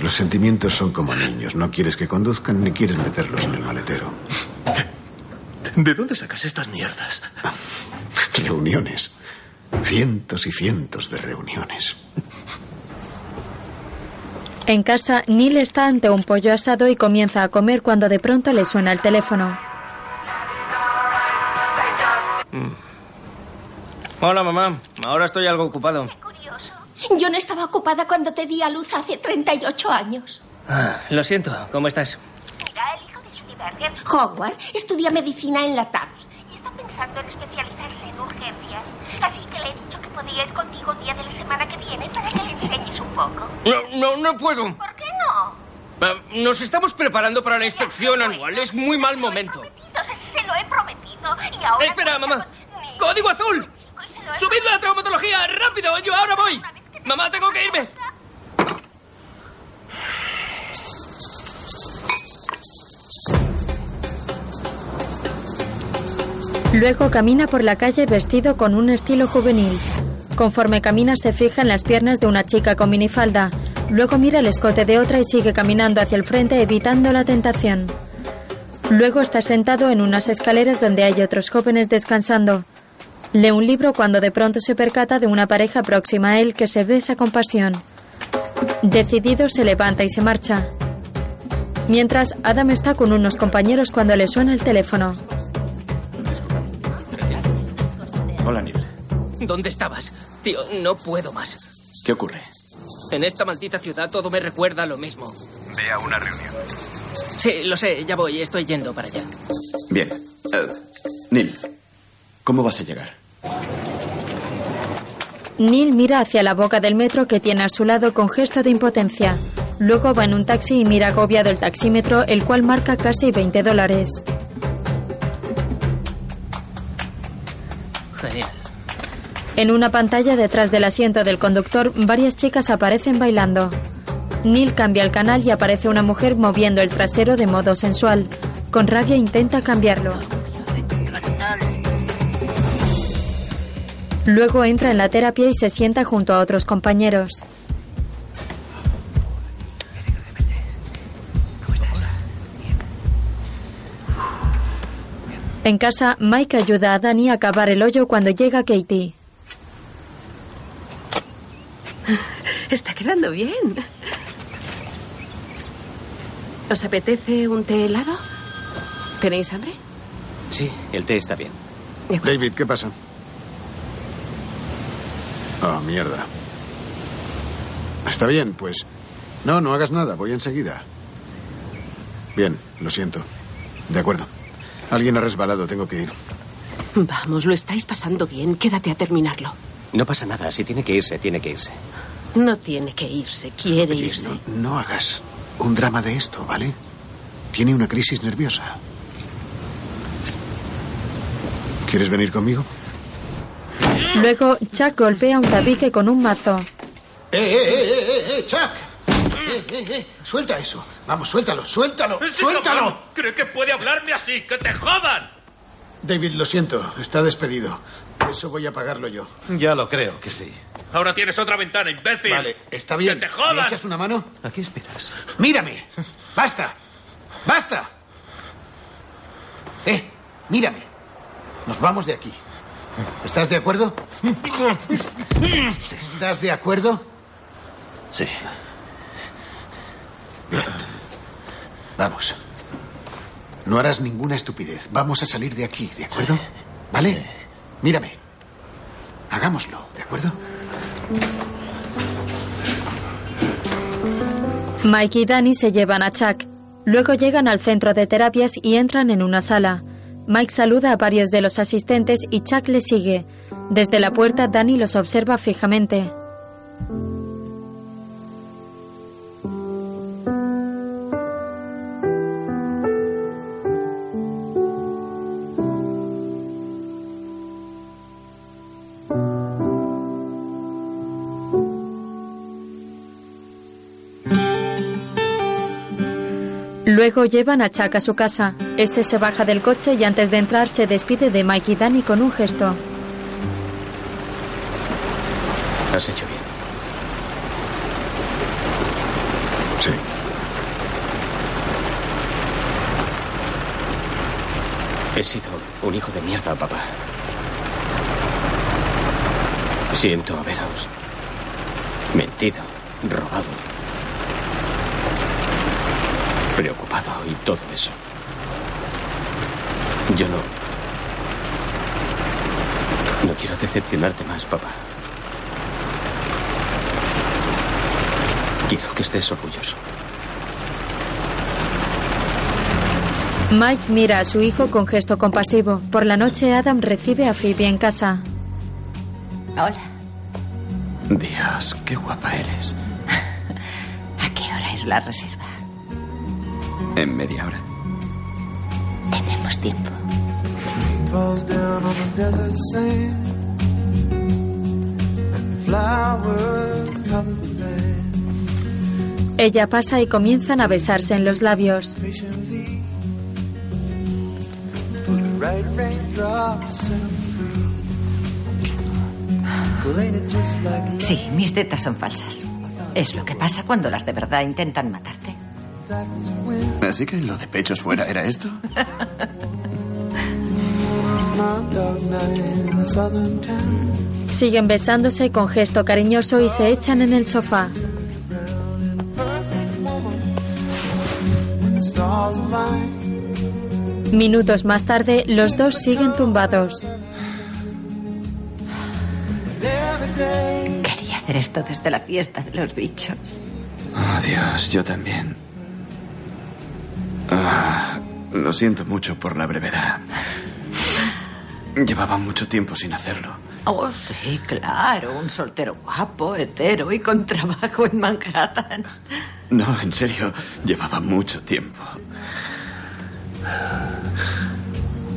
Speaker 7: Los sentimientos son como niños. No quieres que conduzcan ni quieres meterlos en el maletero.
Speaker 12: ¿De dónde sacas estas mierdas?
Speaker 7: Ah, Reuniones. Cientos y cientos de reuniones.
Speaker 1: En casa, Neil está ante un pollo asado y comienza a comer cuando de pronto le suena el teléfono.
Speaker 4: Mm. Hola, mamá. Ahora estoy algo ocupado.
Speaker 15: Yo no estaba ocupada cuando te di a luz hace 38 años.
Speaker 4: Ah, Lo siento, ¿cómo estás?
Speaker 15: Howard estudia medicina en la TAP. Y está pensando en especializarse en urgencias. Así que le he dicho que podía ir contigo un día de la semana que viene para que le enseñes un poco.
Speaker 4: No, no, no puedo.
Speaker 15: ¿Por qué no?
Speaker 4: Eh, Nos estamos preparando para la inspección anual. Es muy mal momento.
Speaker 15: Entonces se lo he prometido y ahora...
Speaker 4: Espera, mamá. ¡Código azul! ¡Subidlo a la traumatología! ¡Rápido! ¡Yo ahora voy! ¡Mamá, tengo que irme!
Speaker 1: Luego camina por la calle vestido con un estilo juvenil. Conforme camina se fija en las piernas de una chica con minifalda. Luego mira el escote de otra y sigue caminando hacia el frente evitando la tentación. Luego está sentado en unas escaleras donde hay otros jóvenes descansando. Lee un libro cuando de pronto se percata de una pareja próxima a él que se besa con pasión. Decidido se levanta y se marcha. Mientras, Adam está con unos compañeros cuando le suena el teléfono.
Speaker 2: Hola, Neil.
Speaker 4: ¿Dónde estabas? Tío, no puedo más.
Speaker 2: ¿Qué ocurre?
Speaker 4: En esta maldita ciudad todo me recuerda a lo mismo.
Speaker 2: Ve a una reunión.
Speaker 4: Sí, lo sé, ya voy, estoy yendo para allá.
Speaker 2: Bien. Eh, Neil, ¿cómo vas a llegar?
Speaker 1: Neil mira hacia la boca del metro que tiene a su lado con gesto de impotencia. Luego va en un taxi y mira agobiado el taxímetro, el cual marca casi 20 dólares.
Speaker 4: Genial.
Speaker 1: En una pantalla detrás del asiento del conductor, varias chicas aparecen bailando. Neil cambia el canal y aparece una mujer moviendo el trasero de modo sensual. Con rabia intenta cambiarlo. Luego entra en la terapia y se sienta junto a otros compañeros. En casa, Mike ayuda a Danny a cavar el hoyo cuando llega Katie.
Speaker 16: Está quedando bien. ¿Os apetece un té helado? ¿Tenéis hambre?
Speaker 9: Sí, el té está bien.
Speaker 7: David, ¿qué pasa? Oh, mierda. Está bien, pues. No, no hagas nada, voy enseguida. Bien, lo siento. De acuerdo. Alguien ha resbalado, tengo que ir.
Speaker 16: Vamos, lo estáis pasando bien. Quédate a terminarlo.
Speaker 9: No pasa nada. Si tiene que irse, tiene que irse.
Speaker 16: No tiene que irse, quiere irse.
Speaker 7: No hagas un drama de esto, ¿vale? Tiene una crisis nerviosa. ¿Quieres venir conmigo?
Speaker 1: Luego, Chuck golpea un tabique con un mazo.
Speaker 17: ¡Eh, eh, eh, eh, eh, eh, Chuck! Eh, eh, eh, Suelta eso. Vamos, suéltalo, suéltalo, suéltalo.
Speaker 18: ¿Cree que puede hablarme así? ¡Que te jodan!
Speaker 17: David, lo siento, está despedido. Eso voy a pagarlo yo.
Speaker 11: Ya lo creo que sí.
Speaker 18: Ahora tienes otra ventana, imbécil. Vale,
Speaker 17: está bien.
Speaker 18: ¡Que te jodan!
Speaker 17: ¿Me echas una mano?
Speaker 11: ¿A qué esperas?
Speaker 17: ¡Mírame! ¡Basta! ¡Basta! Eh, mírame. Nos vamos de aquí. ¿Estás de acuerdo? ¿Estás de acuerdo?
Speaker 11: Sí.
Speaker 17: Bien. Vamos. No harás ninguna estupidez. Vamos a salir de aquí, ¿de acuerdo? ¿Vale? Mírame. Hagámoslo, ¿de acuerdo?
Speaker 1: Mike y Danny se llevan a Chuck. Luego llegan al centro de terapias y entran en una sala. Mike saluda a varios de los asistentes y Chuck le sigue. Desde la puerta, Danny los observa fijamente. Luego llevan a Chuck a su casa. Este se baja del coche y antes de entrar se despide de Mike y Danny con un gesto.
Speaker 9: Has hecho bien.
Speaker 7: Sí.
Speaker 9: He sido un hijo de mierda, papá. Siento haberos mentido, robado, preocupado y todo eso. Yo no. No quiero decepcionarte más, papá. Quiero que estés orgulloso.
Speaker 1: Mike mira a su hijo con gesto compasivo. Por la noche Adam recibe a Phoebe en casa.
Speaker 3: Hola,
Speaker 9: Dios, qué guapa eres.
Speaker 3: ¿a qué hora es la reserva?
Speaker 2: En media hora.
Speaker 3: Tenemos tiempo.
Speaker 19: falls down on the desert sand. And the flowers cover the land.
Speaker 1: Ella pasa y comienzan a besarse en los labios.
Speaker 19: For the right raindrops set 'em free. Well, ain't it just like
Speaker 13: Sí, mis tetas son falsas. Es lo que pasa cuando las de verdad intentan matarte.
Speaker 2: Así que lo de pechos fuera era esto.
Speaker 19: my dark night in a southern town?
Speaker 1: Siguen besándose con gesto cariñoso y se echan en el sofá.
Speaker 19: When the stars align.
Speaker 1: Minutos más tarde, los dos siguen tumbados.
Speaker 13: Quería hacer esto desde la fiesta de los bichos.
Speaker 2: Oh, Dios, yo también. Ah, lo siento mucho por la brevedad. Llevaba mucho tiempo sin hacerlo.
Speaker 13: Oh, sí, claro, un soltero guapo, hetero y con trabajo en Manhattan.
Speaker 2: No, en serio, llevaba mucho tiempo.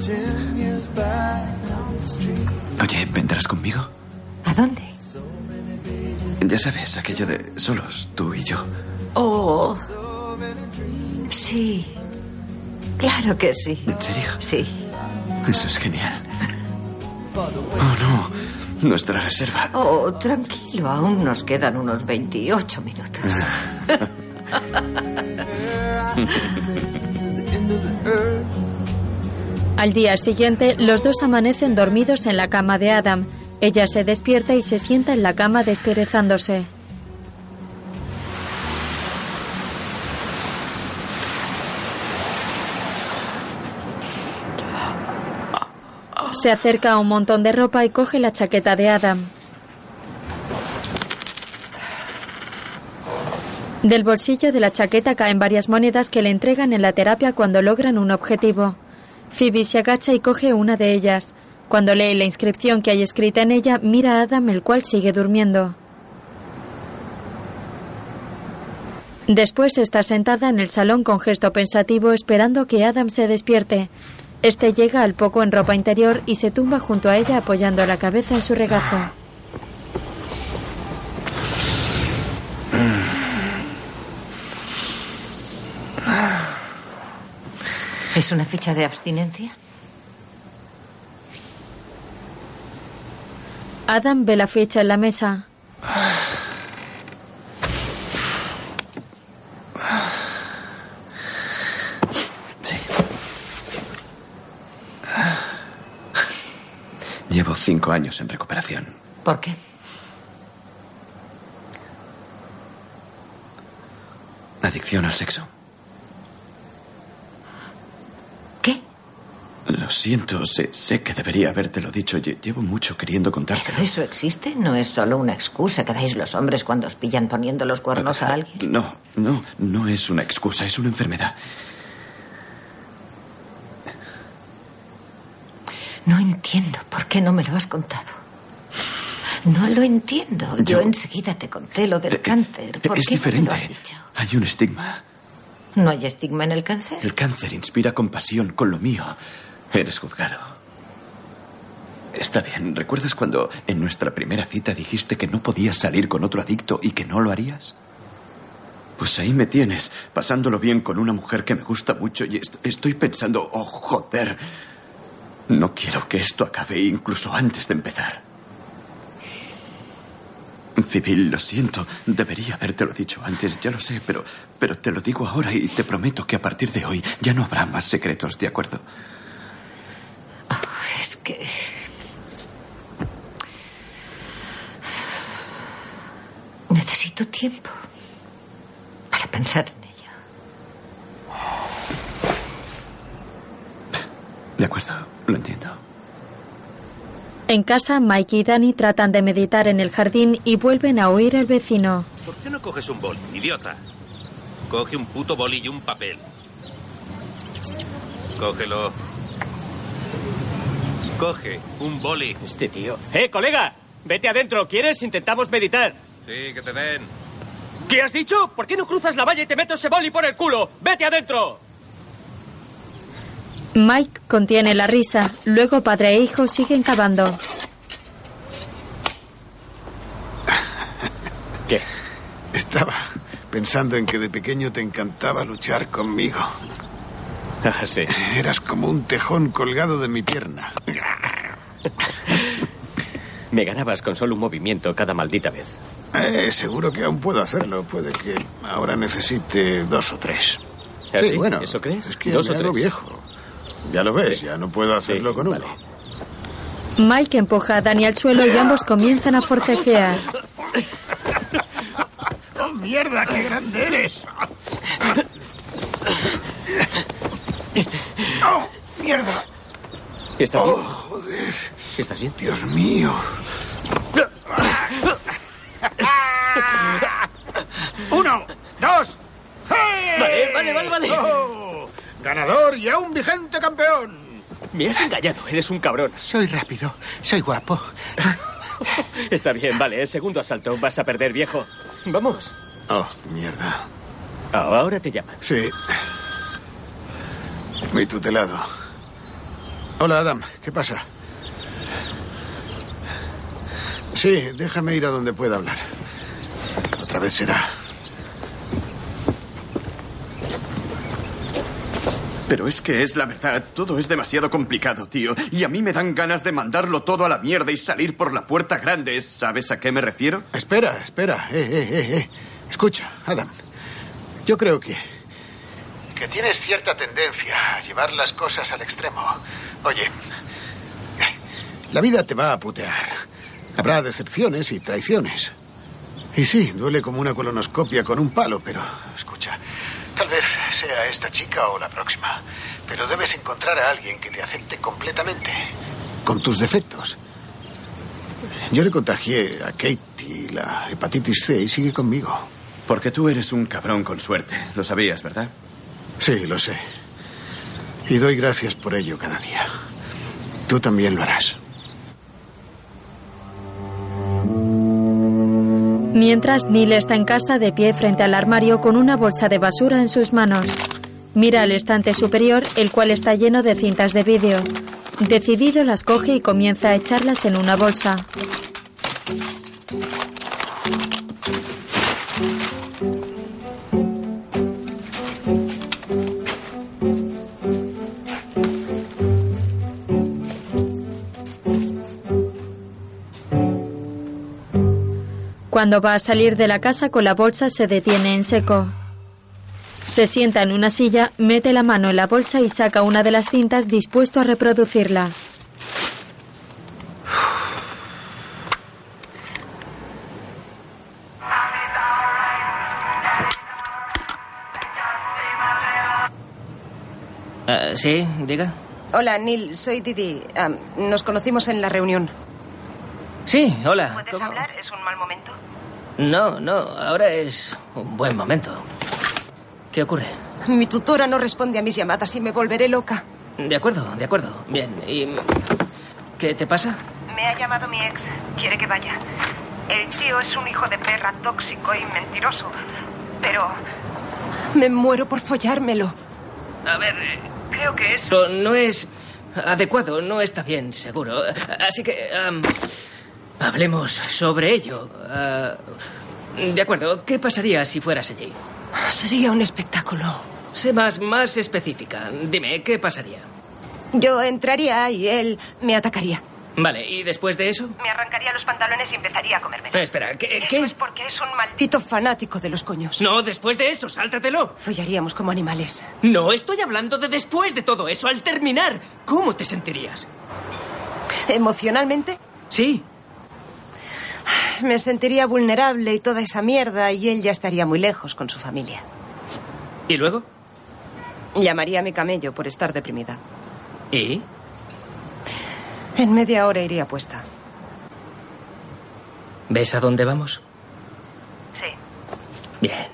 Speaker 19: Ten years back down the street.
Speaker 2: Oye, ¿vendrás conmigo?
Speaker 13: ¿A dónde?
Speaker 2: Ya sabes, aquello de solos, tú y yo.
Speaker 13: Oh. Sí. Claro que sí.
Speaker 2: ¿En serio?
Speaker 13: Sí.
Speaker 2: Eso es genial. Oh, no. Nuestra reserva.
Speaker 13: Oh, tranquilo, aún nos quedan unos 28 minutos.
Speaker 1: Al día siguiente, los dos amanecen dormidos en la cama de Adam. Ella se despierta y se sienta en la cama desperezándose. Se acerca a un montón de ropa y coge la chaqueta de Adam. Del bolsillo de la chaqueta caen varias monedas que le entregan en la terapia cuando logran un objetivo. Phoebe se agacha y coge una de ellas. Cuando lee la inscripción que hay escrita en ella, mira a Adam, el cual sigue durmiendo. Después está sentada en el salón con gesto pensativo esperando que Adam se despierte. Este llega al poco en ropa interior y se tumba junto a ella apoyando la cabeza en su regazo.
Speaker 2: Ah.
Speaker 13: ¿Es una fecha de abstinencia?
Speaker 1: Adam ve la ficha en la mesa.
Speaker 2: Llevo cinco años en recuperación.
Speaker 13: ¿Por qué?
Speaker 2: Adicción al sexo.
Speaker 13: ¿Qué?
Speaker 2: Lo siento, sé, sé que debería habértelo dicho. Lle- Llevo mucho queriendo contártelo.
Speaker 13: ¿Eso existe? Este ¿No es solo una excusa que dais los hombres cuando os pillan poniendo los cuernos a alguien?
Speaker 2: No, no, no es una excusa, es una enfermedad.
Speaker 13: No entiendo por qué no me lo has contado. No lo entiendo. Yo, enseguida te conté lo del cáncer. ¿Por
Speaker 2: es
Speaker 13: qué no me lo has
Speaker 2: diferente.
Speaker 13: dicho?
Speaker 2: Hay un estigma.
Speaker 13: ¿No hay estigma en el cáncer?
Speaker 2: El cáncer inspira compasión con lo mío. Eres juzgado. Está bien, ¿recuerdas cuando en nuestra primera cita dijiste que no podías salir con otro adicto y que no lo harías? Pues ahí me tienes, pasándolo bien con una mujer que me gusta mucho y est- estoy pensando, oh, joder, no quiero que esto acabe incluso antes de empezar. Civil, lo siento, debería habértelo dicho antes, ya lo sé, pero, pero te lo digo ahora y te prometo que a partir de hoy ya no habrá más secretos, ¿de acuerdo?
Speaker 13: Es que. Necesito tiempo para pensar en ello.
Speaker 2: De acuerdo, lo entiendo.
Speaker 1: En casa, Mike y Danny tratan de meditar en el jardín y vuelven a oír el vecino.
Speaker 12: ¿Por qué no coges un boli, idiota? Coge un puto boli y un papel. Cógelo. Coge un boli.
Speaker 9: Este tío. ¡Eh, colega! Vete adentro, ¿quieres? Intentamos meditar.
Speaker 12: Sí, que te den.
Speaker 9: ¿Qué has dicho? ¿Por qué no cruzas la valla y te meto ese boli por el culo? ¡Vete adentro!
Speaker 1: Mike contiene la risa, luego padre e hijo siguen cavando.
Speaker 9: ¿Qué?
Speaker 7: Estaba pensando en que de pequeño te encantaba luchar conmigo.
Speaker 9: Ah, sí.
Speaker 7: Eras como un tejón colgado de mi pierna.
Speaker 9: Me ganabas con solo un movimiento cada maldita vez.
Speaker 7: Eh, seguro que aún puedo hacerlo. Puede que ahora necesite dos o tres.
Speaker 9: ¿Ah,
Speaker 7: sí,
Speaker 9: sí?
Speaker 7: bueno.
Speaker 9: ¿Eso crees?
Speaker 7: Es que
Speaker 9: ¿Dos
Speaker 7: me
Speaker 9: o
Speaker 7: hago
Speaker 9: tres?
Speaker 7: viejo. Ya lo ves, ya no puedo hacerlo con uno.
Speaker 1: Mike empuja a Danny al suelo y ambos comienzan a forcejear.
Speaker 17: ¡Oh, mierda, qué grande eres! ¡Oh, mierda!
Speaker 9: ¿Estás
Speaker 7: Oh,
Speaker 9: bien?
Speaker 17: Joder,
Speaker 9: ¿Estás bien?
Speaker 17: Dios mío. Uno, dos. ¡Hey!
Speaker 9: Vale, vale, vale, vale.
Speaker 17: ¡Oh! ganador y aún vigente campeón.
Speaker 9: Me has engañado, eres un cabrón.
Speaker 17: Soy rápido, soy guapo.
Speaker 9: Está bien, vale, el segundo asalto. Vas a perder, viejo. Vamos.
Speaker 7: Oh, mierda.
Speaker 9: Oh, Ahora te llaman.
Speaker 7: Sí. Mi tutelado. Hola, Adam. ¿Qué pasa? Sí, déjame ir a donde pueda hablar. Otra vez será.
Speaker 2: Pero es que es la verdad, todo es demasiado complicado, tío. Y a mí me dan ganas de mandarlo todo a la mierda y salir por la puerta grande. ¿Sabes a qué me refiero?
Speaker 7: Espera, espera. Eh, eh, eh, eh. Escucha, Adam. Yo creo que. Que tienes cierta tendencia a llevar las cosas al extremo. Oye, la vida te va a putear. Habrá decepciones y traiciones. Y sí, duele como una colonoscopia con un palo, pero. Escucha, tal vez sea esta chica o la próxima. Pero debes encontrar a alguien que te acepte completamente. Con tus defectos. Yo le contagié a Katie la hepatitis C y sigue conmigo.
Speaker 2: Porque tú eres un cabrón con suerte. Lo sabías, ¿verdad?
Speaker 7: Sí, lo sé. Y doy gracias por ello cada día. Tú también lo harás.
Speaker 1: Mientras, Neil está en casa de pie frente al armario con una bolsa de basura en sus manos. Mira al estante superior, el cual está lleno de cintas de vídeo. Decidido las coge y comienza a echarlas en una bolsa. Cuando va a salir de la casa con la bolsa se detiene en seco. Se sienta en una silla, mete la mano en la bolsa y saca una de las cintas dispuesto a reproducirla.
Speaker 4: Ah, sí, diga.
Speaker 10: Hola, Neil, soy Didi. Am, nos conocimos en la reunión.
Speaker 4: Sí, hola.
Speaker 15: ¿Puedes hablar? ¿Es un mal momento?
Speaker 4: No, no, ahora es un buen momento. ¿Qué ocurre?
Speaker 10: Mi tutora no responde a mis llamadas y me volveré loca.
Speaker 4: De acuerdo, de acuerdo. Bien, ¿y qué te pasa?
Speaker 15: Me ha llamado mi ex. Quiere que vaya. El tío es un hijo de perra tóxico y mentiroso. Pero
Speaker 10: Me muero por follármelo.
Speaker 4: A ver,
Speaker 20: eh,
Speaker 4: creo que eso no es adecuado, no está bien, seguro. Así que am, hablemos sobre ello. Ah, de acuerdo, ¿qué pasaría si fueras allí?
Speaker 10: Sería un espectáculo.
Speaker 4: Sé más, más específica. Dime, ¿qué pasaría?
Speaker 10: Yo entraría y él me atacaría.
Speaker 4: Vale, ¿y después de eso?
Speaker 21: Me arrancaría los pantalones y empezaría a comerme.
Speaker 4: Espera, ¿qué?
Speaker 21: Eso
Speaker 4: qué?
Speaker 21: es porque es un maldito.
Speaker 10: Pito fanático de los coños.
Speaker 4: No, después de eso, sáltatelo.
Speaker 10: Follaríamos como animales.
Speaker 4: No, estoy hablando de después de todo eso, al terminar. ¿Cómo te sentirías?
Speaker 10: ¿Emocionalmente?
Speaker 4: Sí.
Speaker 10: Me sentiría vulnerable y toda esa mierda y él ya estaría muy lejos con su familia.
Speaker 4: ¿Y luego?
Speaker 10: Llamaría a mi camello por estar deprimida.
Speaker 4: ¿Y?
Speaker 10: En media hora iría puesta.
Speaker 4: ¿Ves a dónde vamos?
Speaker 21: Sí.
Speaker 4: Bien.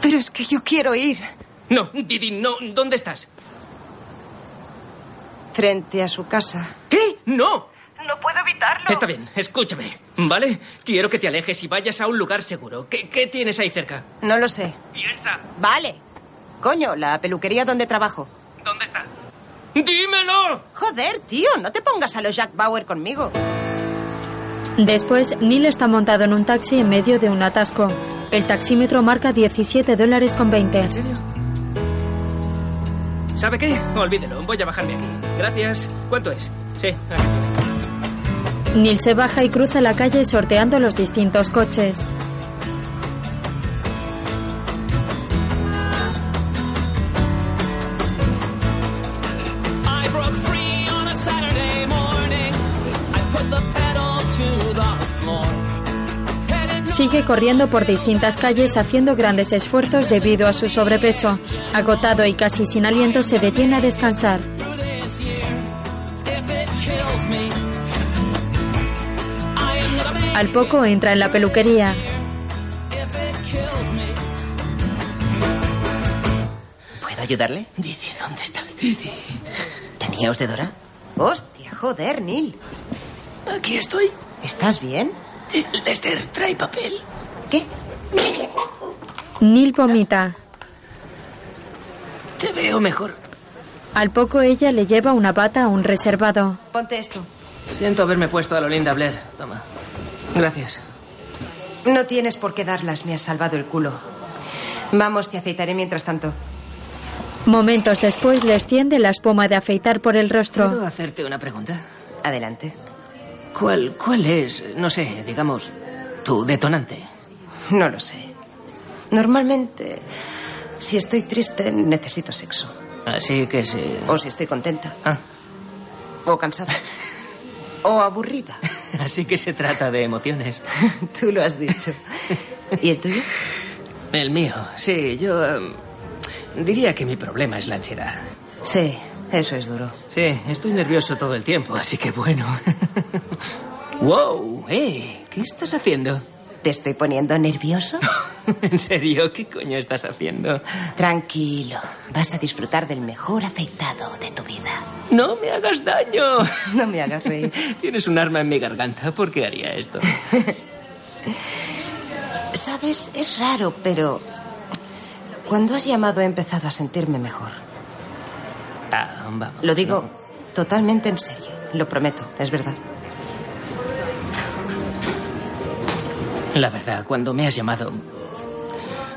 Speaker 10: Pero es que yo quiero ir
Speaker 4: No, Didi, no. ¿Dónde estás?
Speaker 10: frente a su casa.
Speaker 4: ¿Qué? ¡No!
Speaker 21: No puedo evitarlo.
Speaker 4: Está bien, escúchame, ¿vale? Quiero que te alejes y vayas a un lugar seguro. ¿Qué, qué tienes ahí cerca?
Speaker 10: No lo sé.
Speaker 4: Piensa.
Speaker 10: Vale. Coño, la peluquería donde trabajo.
Speaker 4: ¿Dónde está? ¡Dímelo!
Speaker 10: Joder, tío, no te pongas a los Jack Bauer conmigo.
Speaker 1: Después, Neil está montado en un taxi en medio de un atasco. El taxímetro marca 17 dólares con 20. ¿En
Speaker 4: serio? ¿Sabe qué? Olvídelo, voy a bajarme aquí. Gracias. ¿Cuánto es? Sí, aquí.
Speaker 1: Neil se baja y cruza la calle sorteando los distintos coches.
Speaker 20: I broke free on a Saturday morning. I put the pedal to the floor.
Speaker 1: Sigue corriendo por distintas calles haciendo grandes esfuerzos debido a su sobrepeso. Agotado y casi sin aliento, se detiene a descansar.
Speaker 20: This year, if it kills me, I am the man.
Speaker 1: Al poco entra en la peluquería.
Speaker 20: If it kills me,
Speaker 22: ¿Puedo ayudarle?
Speaker 10: Didi, ¿dónde está?
Speaker 22: ¿Tenía usted hora?
Speaker 10: Hostia, joder, Neil.
Speaker 23: Aquí estoy.
Speaker 10: ¿Estás bien?
Speaker 23: Sí,
Speaker 4: este
Speaker 23: Lester, trae papel.
Speaker 1: Neil vomita.
Speaker 23: Te veo mejor.
Speaker 1: Al poco ella le lleva una bata a un reservado.
Speaker 10: Ponte esto.
Speaker 4: Siento haberme puesto a lo linda Blair. Toma. Gracias.
Speaker 10: No tienes por qué darlas, me has salvado el culo. Vamos, te afeitaré mientras tanto.
Speaker 1: Momentos después le extiende la espuma de afeitar por el
Speaker 4: ¿Puedo
Speaker 1: rostro.
Speaker 4: hacerte una pregunta?
Speaker 10: Adelante.
Speaker 4: ¿Cuál, ¿Cuál es, no sé, digamos, tu detonante?
Speaker 10: No lo sé. Normalmente, si estoy triste, necesito sexo.
Speaker 4: Así que sí.
Speaker 10: O si estoy contenta.
Speaker 4: Ah.
Speaker 10: O cansada. o aburrida.
Speaker 4: Así que se trata de emociones.
Speaker 10: Tú lo has dicho. ¿Y el tuyo?
Speaker 4: El mío, sí, yo em, diría que mi problema es la ansiedad.
Speaker 10: Sí, eso es duro.
Speaker 4: Sí, estoy nervioso todo el tiempo, así que bueno. wow, eh, ¿qué estás haciendo?
Speaker 10: ¿Te estoy poniendo nervioso?
Speaker 4: ¿En serio? ¿Qué coño estás haciendo?
Speaker 10: Tranquilo. Vas a disfrutar del mejor afeitado de tu vida.
Speaker 4: No me hagas daño.
Speaker 10: No me hagas reír.
Speaker 4: Tienes un arma en mi garganta, ¿por qué haría esto?
Speaker 10: Sabes, es raro, pero cuando has llamado he empezado a sentirme mejor.
Speaker 4: Ah, vamos.
Speaker 10: Lo digo totalmente en serio. Lo prometo, es verdad.
Speaker 4: La verdad, cuando me has llamado,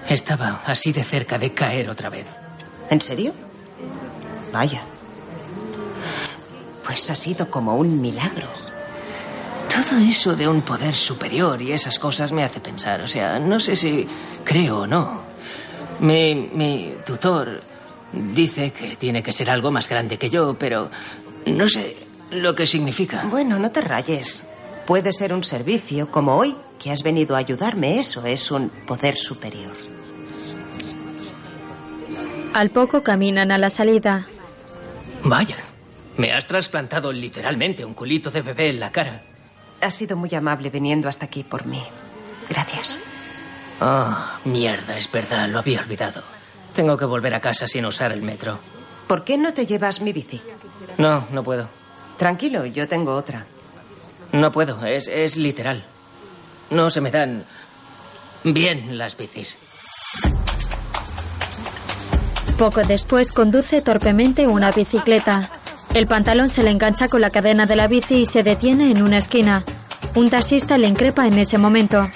Speaker 4: estaba así de cerca de caer otra vez.
Speaker 10: ¿En serio? Vaya. Pues ha sido como un milagro.
Speaker 4: Todo eso de un poder superior y esas cosas me hace pensar. O sea, no sé si creo o no. Mi, mi tutor dice que tiene que ser algo más grande que yo, pero no sé lo que significa.
Speaker 10: Bueno, no te rayes. Puede ser un servicio, como hoy, que has venido a ayudarme. Eso es un poder superior.
Speaker 1: Al poco caminan a la salida.
Speaker 4: Vaya, me has trasplantado literalmente un culito de bebé en la cara.
Speaker 10: Has sido muy amable viniendo hasta aquí por mí. Gracias.
Speaker 4: Ah, mierda, es verdad, lo había olvidado. Tengo que volver a casa sin usar el metro.
Speaker 10: ¿Por qué no te llevas mi bici?
Speaker 4: No, no puedo.
Speaker 10: Tranquilo, yo tengo otra.
Speaker 4: No puedo, es, es literal. No se me dan bien las bicis.
Speaker 1: Poco después conduce torpemente una bicicleta. El pantalón se le engancha con la cadena de la bici y se detiene en una esquina. Un taxista le increpa en ese momento.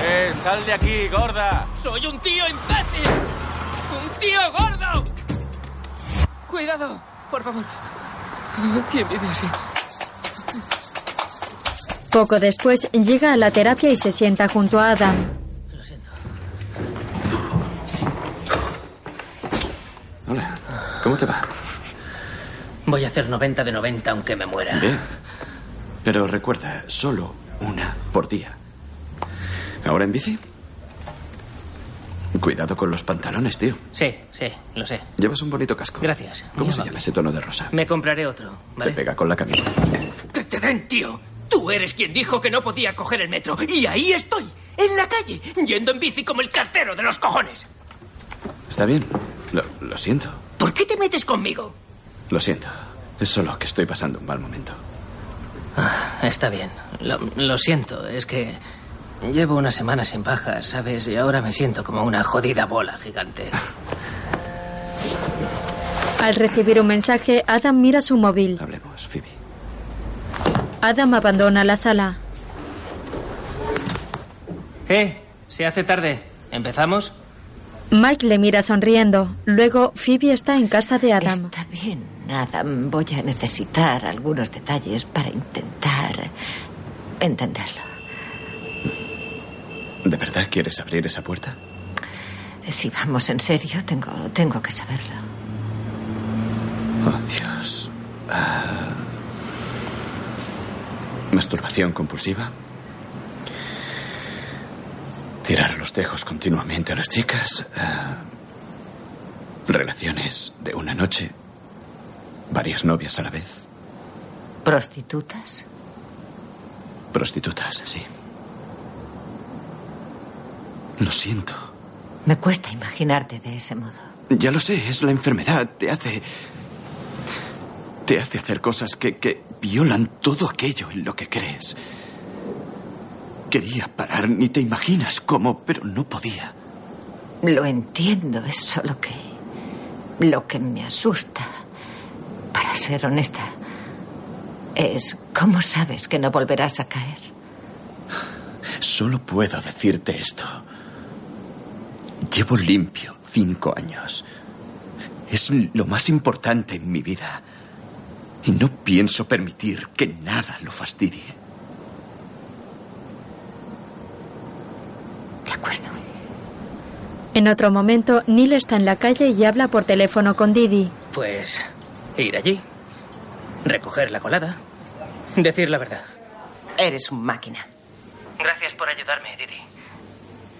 Speaker 5: Eh, Sal de aquí, gorda.
Speaker 20: ¡Soy un tío imbécil! ¡Un tío gordo! Cuidado, por favor. ¿Quién vive así?
Speaker 1: Poco después llega a la terapia y se sienta junto a Adam.
Speaker 4: Hola, ¿cómo te va? Voy a hacer 90 de 90 aunque me muera.
Speaker 2: Pero recuerda, solo una por día. ¿Ahora en bici? Cuidado con los pantalones, tío.
Speaker 4: Sí, sí, lo sé.
Speaker 2: Llevas un bonito casco.
Speaker 4: Gracias.
Speaker 2: ¿Cómo se llama ese tono de rosa?
Speaker 4: Me compraré otro,
Speaker 2: Te
Speaker 4: ¿vale?
Speaker 2: pega con la camisa.
Speaker 5: ¡Que te den, tío! Tú eres quien dijo que no podía coger el metro. Y ahí estoy, en la calle, yendo en bici como el cartero de los cojones.
Speaker 2: Está bien. Lo, lo siento.
Speaker 5: ¿Por qué te metes conmigo?
Speaker 2: Lo siento. Es solo que estoy pasando un mal momento.
Speaker 4: Ah, Está bien. Lo, lo siento, es que llevo una semana sin bajas, ¿sabes? Y ahora me siento como una jodida bola gigante.
Speaker 1: Al recibir un mensaje, Adam mira su móvil.
Speaker 2: Hablemos, Phoebe.
Speaker 1: Adam abandona la sala.
Speaker 4: ¿Eh? Se hace tarde. ¿Empezamos?
Speaker 1: Mike le mira sonriendo. Luego, Phoebe está en casa de Adam.
Speaker 13: Está bien, Adam. Voy a necesitar algunos detalles para intentar entenderlo.
Speaker 2: ¿De verdad quieres abrir esa puerta?
Speaker 13: Si vamos en serio, tengo, tengo que saberlo.
Speaker 2: Oh, Dios. Ah. Masturbación compulsiva. Tirar los tejos continuamente a las chicas. Ah. Relaciones de una noche. Varias novias a la vez.
Speaker 13: ¿Prostitutas?
Speaker 2: Prostitutas, sí. Lo siento.
Speaker 13: Me cuesta imaginarte de ese modo.
Speaker 2: Ya lo sé, es la enfermedad. Te hace. Te hace hacer cosas que, que violan todo aquello en lo que crees. Quería parar, ni te imaginas cómo, pero no podía.
Speaker 13: Lo entiendo, es solo que. Lo que me asusta, para ser honesta, es cómo sabes que no volverás a caer.
Speaker 2: Solo puedo decirte esto. Llevo limpio cinco años. Es lo más importante en mi vida. Y no pienso permitir que nada lo fastidie.
Speaker 1: En otro momento, Neil está en la calle y habla por teléfono con Didi.
Speaker 4: Pues ir allí, recoger la colada, decir la verdad.
Speaker 10: Eres un máquina.
Speaker 4: Gracias por ayudarme, Didi.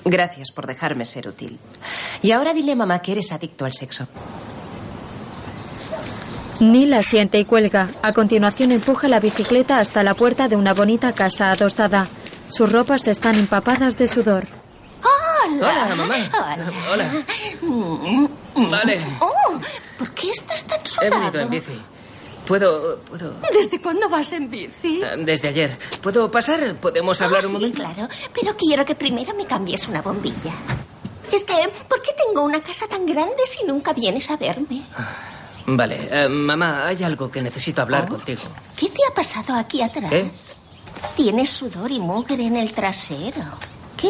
Speaker 10: Gracias por dejarme ser útil. Y ahora dile a mamá que eres adicto al sexo.
Speaker 1: Neil asiente y cuelga. A continuación empuja la bicicleta hasta la puerta de una bonita casa adosada. Sus ropas están empapadas de sudor.
Speaker 4: Hola, mamá. Hola. Vale.
Speaker 6: Oh, ¿Por qué estás tan
Speaker 4: He
Speaker 6: sudado?
Speaker 4: venido en bici. ¿Puedo, puedo,
Speaker 6: ¿Desde cuándo vas en bici?
Speaker 4: eh, desde ayer, ¿puedo pasar? ¿Podemos hablar
Speaker 6: Ah, sí,
Speaker 4: un momento?
Speaker 6: claro, pero quiero que primero me cambies una bombilla. Es que, ¿por qué tengo una casa tan grande si nunca vienes a verme?
Speaker 4: Vale, eh, mamá, hay algo que necesito hablar
Speaker 6: Oh,
Speaker 4: contigo. ¿eh?
Speaker 6: ¿Qué te ha pasado aquí atrás?
Speaker 4: ¿Qué?
Speaker 6: Tienes sudor y mugre en el trasero. ¿Qué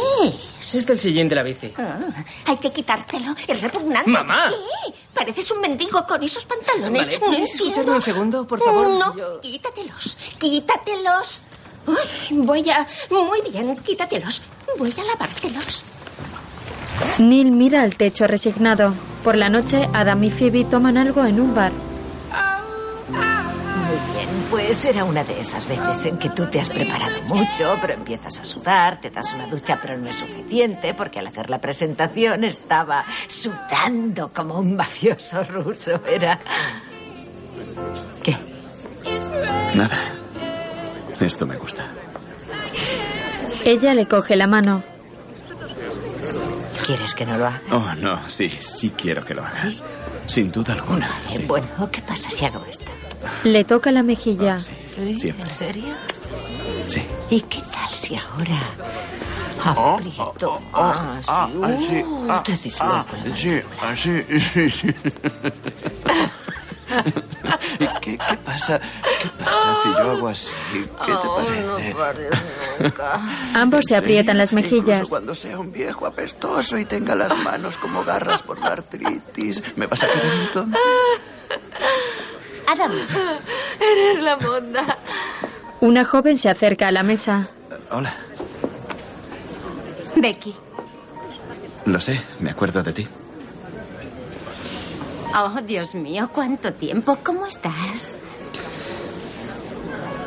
Speaker 6: es?
Speaker 4: Es del sillín de la bici.
Speaker 6: Ah, hay que quitártelo, es repugnante.
Speaker 4: ¡Mamá!
Speaker 6: ¿Qué? Pareces un mendigo con esos pantalones.
Speaker 4: Vale,
Speaker 6: no
Speaker 4: ¿puedes
Speaker 6: entiendo.
Speaker 4: escucharme un segundo, por favor?
Speaker 6: No, quítatelos, quítatelos. Ay, voy a... Muy bien, quítatelos. Voy a lavártelos.
Speaker 1: Neil mira al techo resignado. Por la noche, Adam y Phoebe toman algo en un bar.
Speaker 13: Muy bien, pues era una de esas veces en que tú te has preparado mucho, pero empiezas a sudar, te das una ducha, pero no es suficiente, porque al hacer la presentación estaba sudando como un mafioso ruso, era...
Speaker 2: Nada. Esto me gusta.
Speaker 1: Ella le coge la mano.
Speaker 13: ¿Quieres que no lo haga?
Speaker 2: Oh, no, sí, sí quiero que lo hagas. Sin duda alguna.
Speaker 13: Eh,
Speaker 2: sí.
Speaker 13: Bueno, ¿qué pasa si hago esto?
Speaker 1: Le toca la mejilla.
Speaker 2: Siempre.
Speaker 13: ¿En serio?
Speaker 2: Sí.
Speaker 13: ¿Y qué tal si ahora
Speaker 8: Ah,
Speaker 13: ah, aprieto más? y, uh, te disuelvo?
Speaker 19: sí, así, sí, sí.
Speaker 8: ¿Qué, qué pasa? ¿Qué pasa si yo hago así? ¿Qué te
Speaker 22: Oh, no
Speaker 8: parece?
Speaker 1: Ambos se aprietan las mejillas.
Speaker 8: Incluso cuando sea un viejo apestoso y tenga las manos como garras por la artritis, ¿me vas a querer entonces?
Speaker 6: Adam.
Speaker 22: Eres la monda.
Speaker 1: Una joven se acerca a la mesa.
Speaker 8: Hola,
Speaker 6: Becky.
Speaker 8: lo sé, me acuerdo de ti.
Speaker 6: Oh, Dios mío, cuánto tiempo. ¿Cómo estás?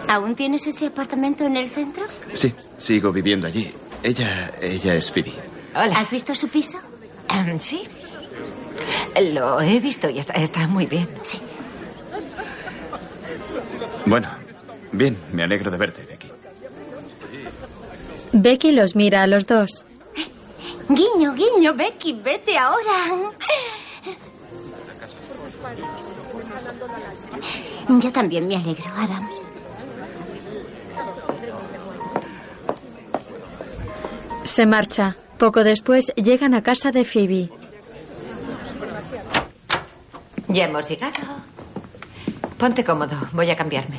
Speaker 6: ¿Aún tienes ese apartamento en el centro?
Speaker 8: Sí, sigo viviendo allí. Ella, ella es Phoebe.
Speaker 13: Hola.
Speaker 6: ¿Has visto su piso?
Speaker 13: Em, Sí. Lo he visto y está, está muy bien. Sí.
Speaker 8: Bueno, bien, me alegro de verte, Becky.
Speaker 1: Becky los mira a los dos.
Speaker 6: Guiño, guiño, Becky, vete ahora. Yo también me alegro, Adam.
Speaker 1: Se marcha. Poco después llegan a casa de Phoebe.
Speaker 13: Ya hemos llegado. Ponte cómodo, voy a cambiarme.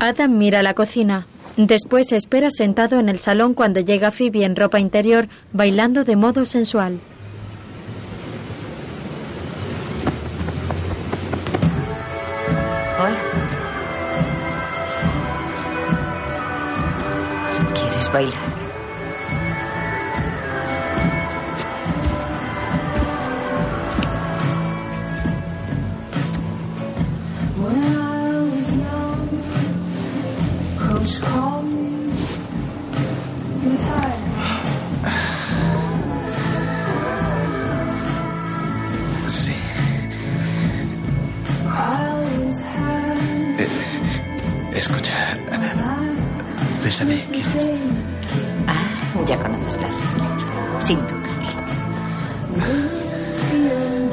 Speaker 1: Adam mira la cocina. Después espera sentado en el salón cuando llega Phoebe en ropa interior, bailando de modo sensual.
Speaker 13: ¿Quieres bailar?
Speaker 8: Sí. Eh, escucha, bésame, ¿quieres?
Speaker 13: Ah, ya conoces las reglas. Sin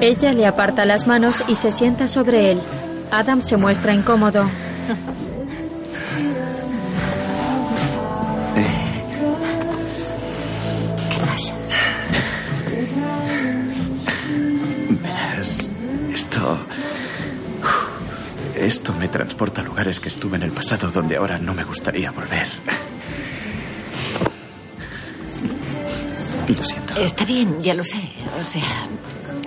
Speaker 1: Ella le aparta las manos y se sienta sobre él. Adam se muestra incómodo.
Speaker 13: ¿Qué pasa?
Speaker 8: Verás, esto. Esto me transporta a lugares que estuve en el pasado donde ahora no me gustaría volver. Lo siento.
Speaker 13: Está bien, ya lo sé. O sea,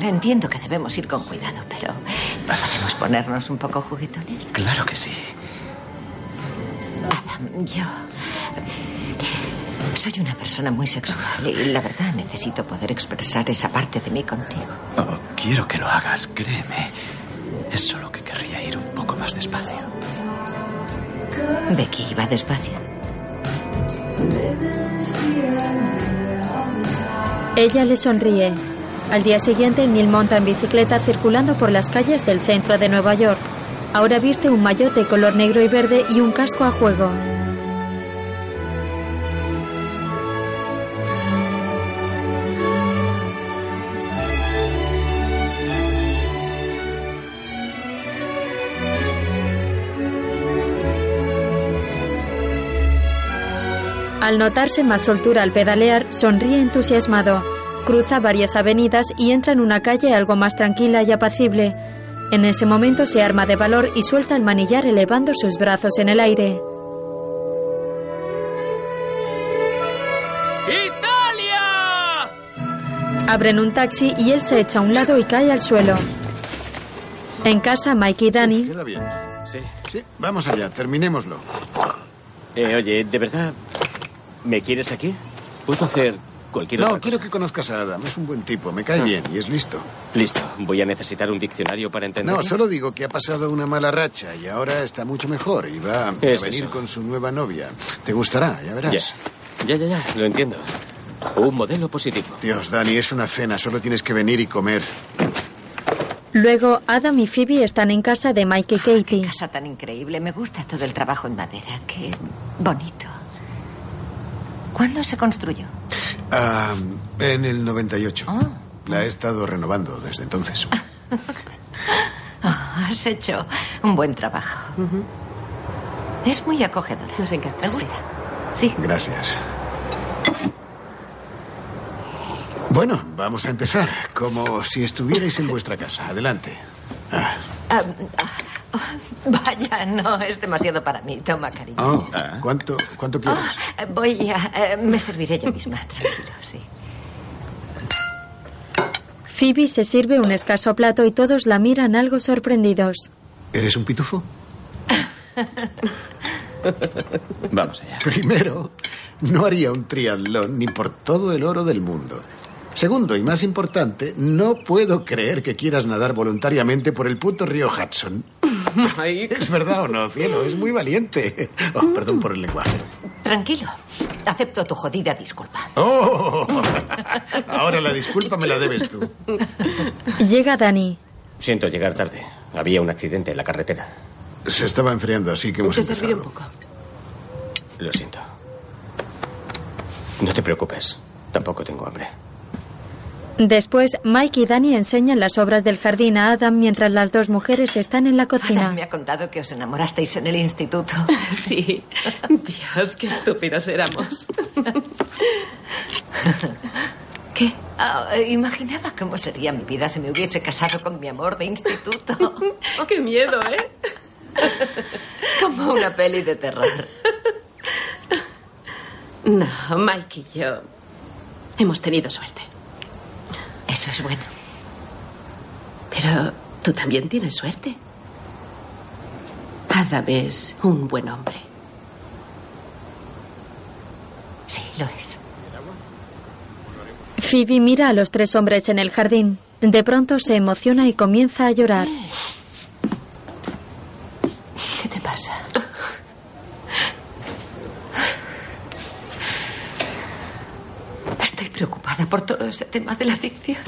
Speaker 13: entiendo que debemos ir con cuidado, pero ¿no podemos ponernos un poco juguetones?
Speaker 8: Claro que sí.
Speaker 13: Adam, yo soy una persona muy sexual y la verdad necesito poder expresar esa parte de mí contigo.
Speaker 8: Oh, quiero que lo hagas, créeme. Es solo que querría ir un poco más despacio.
Speaker 13: Becky, va despacio.
Speaker 1: Ella le sonríe. Al día siguiente, Neil monta en bicicleta circulando por las calles del centro de Nueva York. Ahora viste un maillot de color negro y verde y un casco a juego. Al notarse más soltura al pedalear, sonríe entusiasmado. Cruza varias avenidas y entra en una calle algo más tranquila y apacible. En ese momento se arma de valor y suelta el manillar elevando sus brazos en el aire. Abren un taxi y él se echa a un lado y cae al suelo. En casa, Mike y Danny
Speaker 7: Queda bien.
Speaker 9: Sí.
Speaker 7: Sí, vamos allá, terminémoslo.
Speaker 9: Eh, oye, ¿de verdad me quieres aquí? Puedo hacer cualquier
Speaker 7: No,
Speaker 9: otra
Speaker 7: quiero que conozcas a Adam. Es un buen tipo, me cae
Speaker 9: Ah.
Speaker 7: bien y es listo.
Speaker 9: cosa. Listo. Voy a necesitar un diccionario para entender.
Speaker 7: No, solo digo que ha pasado una mala racha y ahora está mucho mejor y va a
Speaker 9: Es
Speaker 7: venir
Speaker 9: eso.
Speaker 7: con su nueva novia. Te gustará, ya verás.
Speaker 9: Ya, ya, ya, lo entiendo. Un modelo positivo.
Speaker 7: Dios, Dani, es una cena, solo tienes que venir y comer.
Speaker 1: Luego, Adam y Phoebe están en casa de Mike y Katie.
Speaker 13: Casa tan increíble, me gusta todo el trabajo en madera, qué bonito. ¿Cuándo se construyó?
Speaker 7: Ah, en el 98. La he estado renovando desde entonces.
Speaker 13: Ah, has hecho un buen trabajo. Es muy acogedora. Nos encanta. Me gusta. Sí.
Speaker 7: Gracias. Bueno, vamos a empezar, como si estuvierais en vuestra casa. Adelante. Ah,
Speaker 13: Ah, ah, vaya, no, es demasiado para mí. Toma, cariño.
Speaker 9: Ah.
Speaker 7: oh, ¿cuánto, ¿Cuánto quieres?
Speaker 13: Ah, voy a... eh, me serviré yo misma, tranquilo, sí.
Speaker 1: Phoebe se sirve un escaso plato y todos la miran algo sorprendidos.
Speaker 7: ¿Eres un pitufo?
Speaker 9: Vamos allá.
Speaker 7: Primero, no haría un triatlón ni por todo el oro del mundo. Segundo, y más importante, no puedo creer que quieras nadar voluntariamente por el puto río Hudson. ¿Es verdad o no, cielo? Es muy valiente. Oh, perdón por el lenguaje.
Speaker 13: Tranquilo. Acepto tu jodida disculpa.
Speaker 7: ¡Oh! Ahora la disculpa me la debes tú.
Speaker 1: Llega Dani.
Speaker 9: Siento llegar tarde. Había un accidente en la carretera.
Speaker 7: Se estaba enfriando, así que hemos empezado.
Speaker 9: un poco. Lo siento. No te preocupes. Tampoco tengo hambre.
Speaker 1: Después, Mike y Dani enseñan las obras del jardín a Adam mientras las dos mujeres están en la cocina.
Speaker 13: Me ha contado que os enamorasteis en el instituto.
Speaker 14: Sí. Dios, qué estúpidos éramos.
Speaker 13: ¿Qué? Ah, imaginaba cómo sería mi vida si me hubiese casado con mi amor de instituto.
Speaker 14: Qué miedo, ¿eh?
Speaker 13: Como una peli de terror.
Speaker 14: No, Mike y yo hemos tenido suerte.
Speaker 13: Eso es bueno.
Speaker 14: Pero tú también tienes suerte. Adam es un buen hombre.
Speaker 13: Sí, lo es.
Speaker 1: Phoebe mira a los tres hombres en el jardín. De pronto se emociona y comienza a llorar.
Speaker 14: ¿Qué te pasa?
Speaker 13: Estoy preocupada por todo ese tema de la adicción.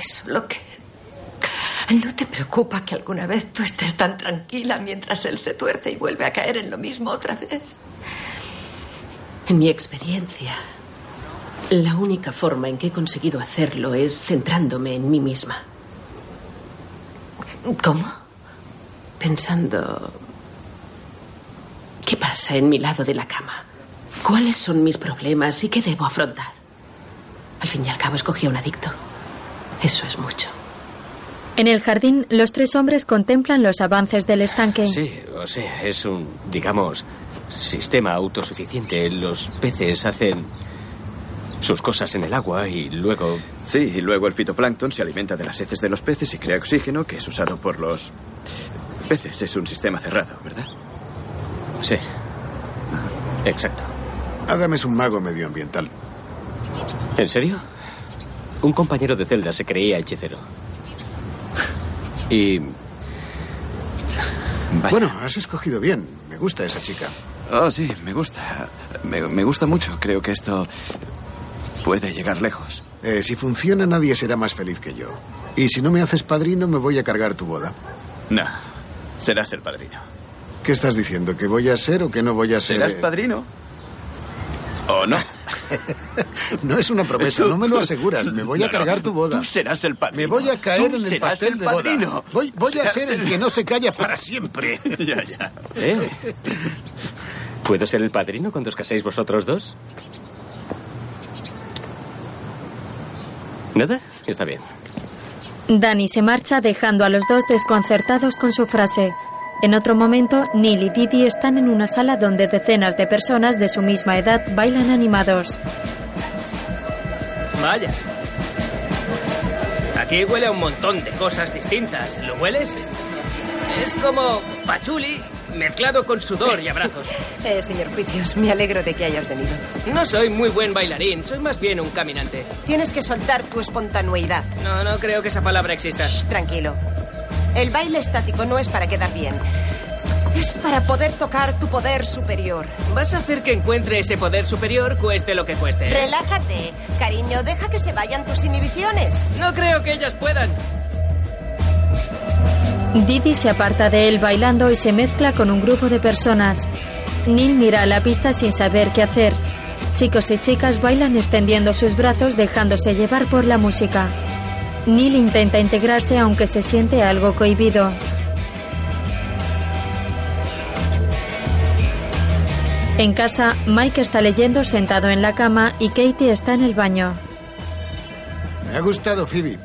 Speaker 13: Es lo que... ¿No te preocupa que alguna vez tú estés tan tranquila mientras él se tuerce y vuelve a caer en lo mismo otra vez?
Speaker 14: En mi experiencia, la única forma en que he conseguido hacerlo es centrándome en mí misma. ¿Cómo? Pensando... ¿Qué pasa en mi lado de la cama? ¿Cuáles son mis problemas y qué debo afrontar? Al fin y al cabo, escogí a un adicto. Eso es mucho.
Speaker 1: En el jardín, los tres hombres contemplan los avances del estanque.
Speaker 9: Sí, o sea, es un, digamos, sistema autosuficiente. Los peces hacen sus cosas en el agua y luego...
Speaker 2: Sí, y luego el fitoplancton se alimenta de las heces de los peces y crea oxígeno que es usado por los peces. Es un sistema cerrado, ¿verdad?
Speaker 9: Sí. Exacto.
Speaker 7: Adam es un mago medioambiental.
Speaker 9: ¿En serio? Un compañero de celda se creía hechicero. Y...
Speaker 7: Bueno, has escogido bien. Me gusta esa chica.
Speaker 2: Oh, sí, me gusta. Me, me gusta mucho. Creo que esto puede llegar lejos.
Speaker 7: Eh, si funciona, nadie será más feliz que yo. Y si no me haces padrino, me voy a cargar tu boda.
Speaker 2: No, serás el padrino.
Speaker 7: ¿Qué estás diciendo? ¿Que voy a ser o que no voy a ser?
Speaker 2: ¿Serás
Speaker 7: eh?
Speaker 2: padrino? ¿O no?
Speaker 7: No es una promesa,
Speaker 2: Tú-
Speaker 7: no me lo
Speaker 2: tú-
Speaker 7: aseguras. Me voy a
Speaker 2: no, no,
Speaker 7: cargar tu boda.
Speaker 2: Tú serás el padrino.
Speaker 7: Me voy a caer
Speaker 2: Tú
Speaker 7: en el
Speaker 2: serás
Speaker 7: pastel
Speaker 2: el
Speaker 7: de boda.
Speaker 2: padrino.
Speaker 7: Voy, voy a
Speaker 2: Serás
Speaker 7: ser el
Speaker 2: el-
Speaker 7: que no se calla para siempre.
Speaker 2: ya, ya.
Speaker 9: ¿Eh? ¿Puedo ser el padrino cuando os caséis vosotros dos? ¿Nada? Está bien.
Speaker 1: Dani se marcha dejando a los dos desconcertados con su frase. En otro momento, Neil y Didi están en una sala donde decenas de personas de su misma edad bailan animados.
Speaker 4: Vaya. Aquí huele a un montón de cosas distintas. ¿Lo hueles? Es como pachuli mezclado con sudor y abrazos.
Speaker 13: Eh, señor Juicios, me alegro de que hayas venido.
Speaker 4: No soy muy buen bailarín, soy más bien un caminante.
Speaker 10: Tienes que soltar tu espontaneidad.
Speaker 4: No, no creo que esa palabra exista.
Speaker 10: Tranquilo. El baile estático no es para quedar bien. Es para poder tocar tu poder superior.
Speaker 4: Vas a hacer que encuentre ese poder superior cueste lo que cueste. ¿eh?
Speaker 10: Relájate, cariño, deja que se vayan tus inhibiciones.
Speaker 4: No creo que ellas puedan.
Speaker 1: Didi se aparta de él bailando y se mezcla con un grupo de personas. Neil mira a la pista sin saber qué hacer. Chicos y chicas bailan extendiendo sus brazos dejándose llevar por la música. Neil intenta integrarse aunque se siente algo cohibido. En casa, Mike está leyendo sentado en la cama y Katie está en el baño.
Speaker 17: Me ha gustado Phoebe.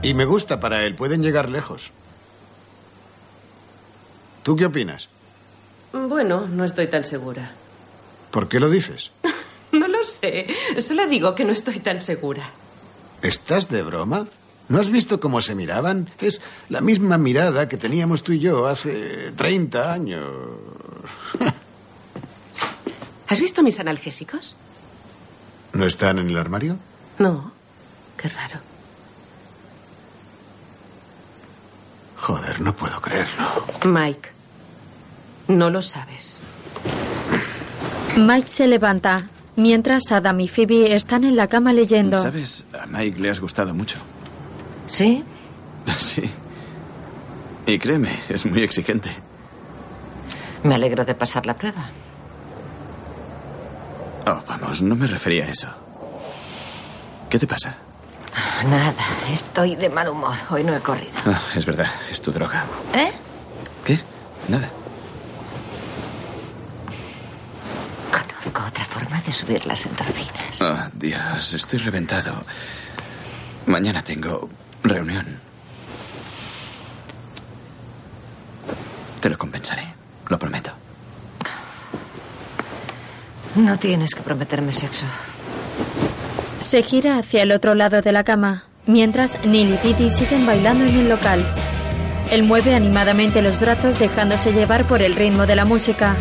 Speaker 17: Y me gusta para él. Pueden llegar lejos. ¿Tú qué opinas?
Speaker 11: Bueno, no estoy tan segura.
Speaker 17: ¿Por qué lo dices?
Speaker 11: No lo sé. Solo digo que no estoy tan segura.
Speaker 17: ¿Estás de broma? ¿No has visto cómo se miraban? Es la misma mirada que teníamos tú y yo hace 30 años.
Speaker 14: ¿Has visto mis analgésicos?
Speaker 17: ¿No están en el armario?
Speaker 14: No. Qué raro.
Speaker 17: Joder, no puedo creerlo.
Speaker 14: Mike, no lo sabes.
Speaker 1: Mike se levanta, mientras Adam y Phoebe están en la cama leyendo.
Speaker 2: Pues, ¿Sabes? A Mike le has gustado mucho.
Speaker 1: ¿Sí?
Speaker 2: Sí. Y créeme, es muy exigente.
Speaker 13: Me alegro de pasar la prueba.
Speaker 2: Oh, vamos, no me refería a eso. ¿Qué te pasa?
Speaker 13: Nada, estoy de mal humor. Hoy no he corrido.
Speaker 2: Ah, es verdad, es tu droga.
Speaker 13: ¿Eh?
Speaker 2: ¿Qué? Nada.
Speaker 13: Conozco otra forma de subir las endorfinas.
Speaker 2: Oh, Dios, estoy reventado. Mañana tengo reunión. Te lo compensaré, lo prometo.
Speaker 13: No tienes que prometerme sexo.
Speaker 1: Se gira hacia el otro lado de la cama, mientras Neil y Didi siguen bailando en el local. Él mueve animadamente los brazos dejándose llevar por el ritmo de la música.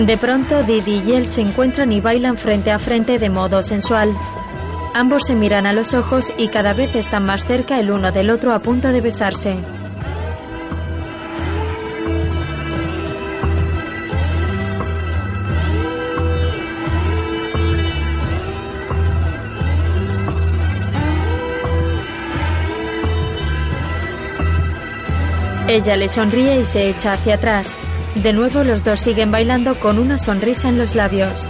Speaker 1: De pronto, Didi y él se encuentran y bailan frente a frente de modo sensual. Ambos se miran a los ojos y cada vez están más cerca el uno del otro a punto de besarse. Ella le sonríe y se echa hacia atrás. De nuevo los dos siguen bailando con una sonrisa en los labios.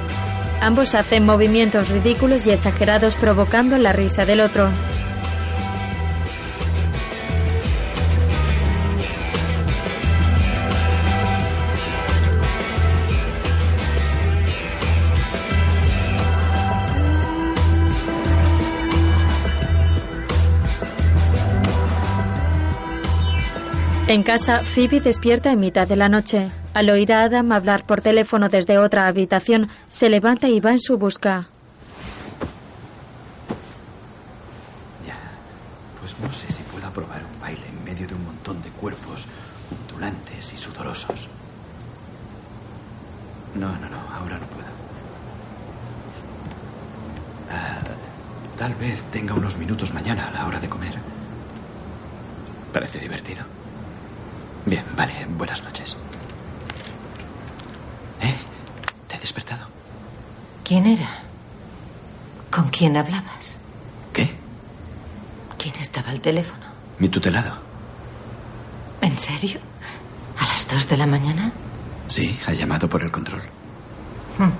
Speaker 1: Ambos hacen movimientos ridículos y exagerados provocando la risa del otro. En casa, Phoebe despierta en mitad de la noche. Al oír a Adam hablar por teléfono desde otra habitación, se levanta y va en su busca.
Speaker 12: Pues no sé si puedo aprobar un baile en medio de un montón de cuerpos ondulantes y sudorosos.
Speaker 2: No, no, no, ahora no puedo. Ah, tal vez tenga unos minutos mañana a la hora de comer. Parece divertido. Bien, vale, buenas noches.
Speaker 13: Te he despertado. ¿Quién era? ¿Con quién hablabas?
Speaker 2: ¿Qué?
Speaker 13: ¿Quién estaba al teléfono?
Speaker 2: Mi tutelado.
Speaker 13: ¿En serio? ¿A las dos de la mañana?
Speaker 2: Sí, ha llamado por el control.
Speaker 13: Hmm.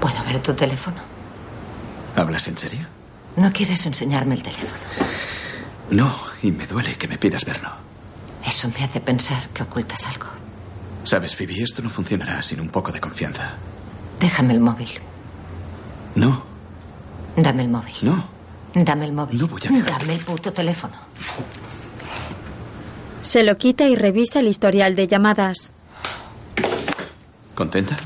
Speaker 13: ¿Puedo ver tu teléfono?
Speaker 2: ¿Hablas en serio?
Speaker 13: No quieres enseñarme el teléfono.
Speaker 2: No, y me duele que me pidas verlo.
Speaker 13: Eso me hace pensar que ocultas algo.
Speaker 2: Sabes, Phoebe, esto no funcionará sin un poco de confianza.
Speaker 13: Déjame el móvil.
Speaker 2: No.
Speaker 13: Dame el móvil.
Speaker 2: No.
Speaker 13: Dame el móvil.
Speaker 2: No voy a dejarte.
Speaker 13: Dame el puto teléfono.
Speaker 1: Se lo quita y revisa el historial de llamadas.
Speaker 2: ¿Contenta?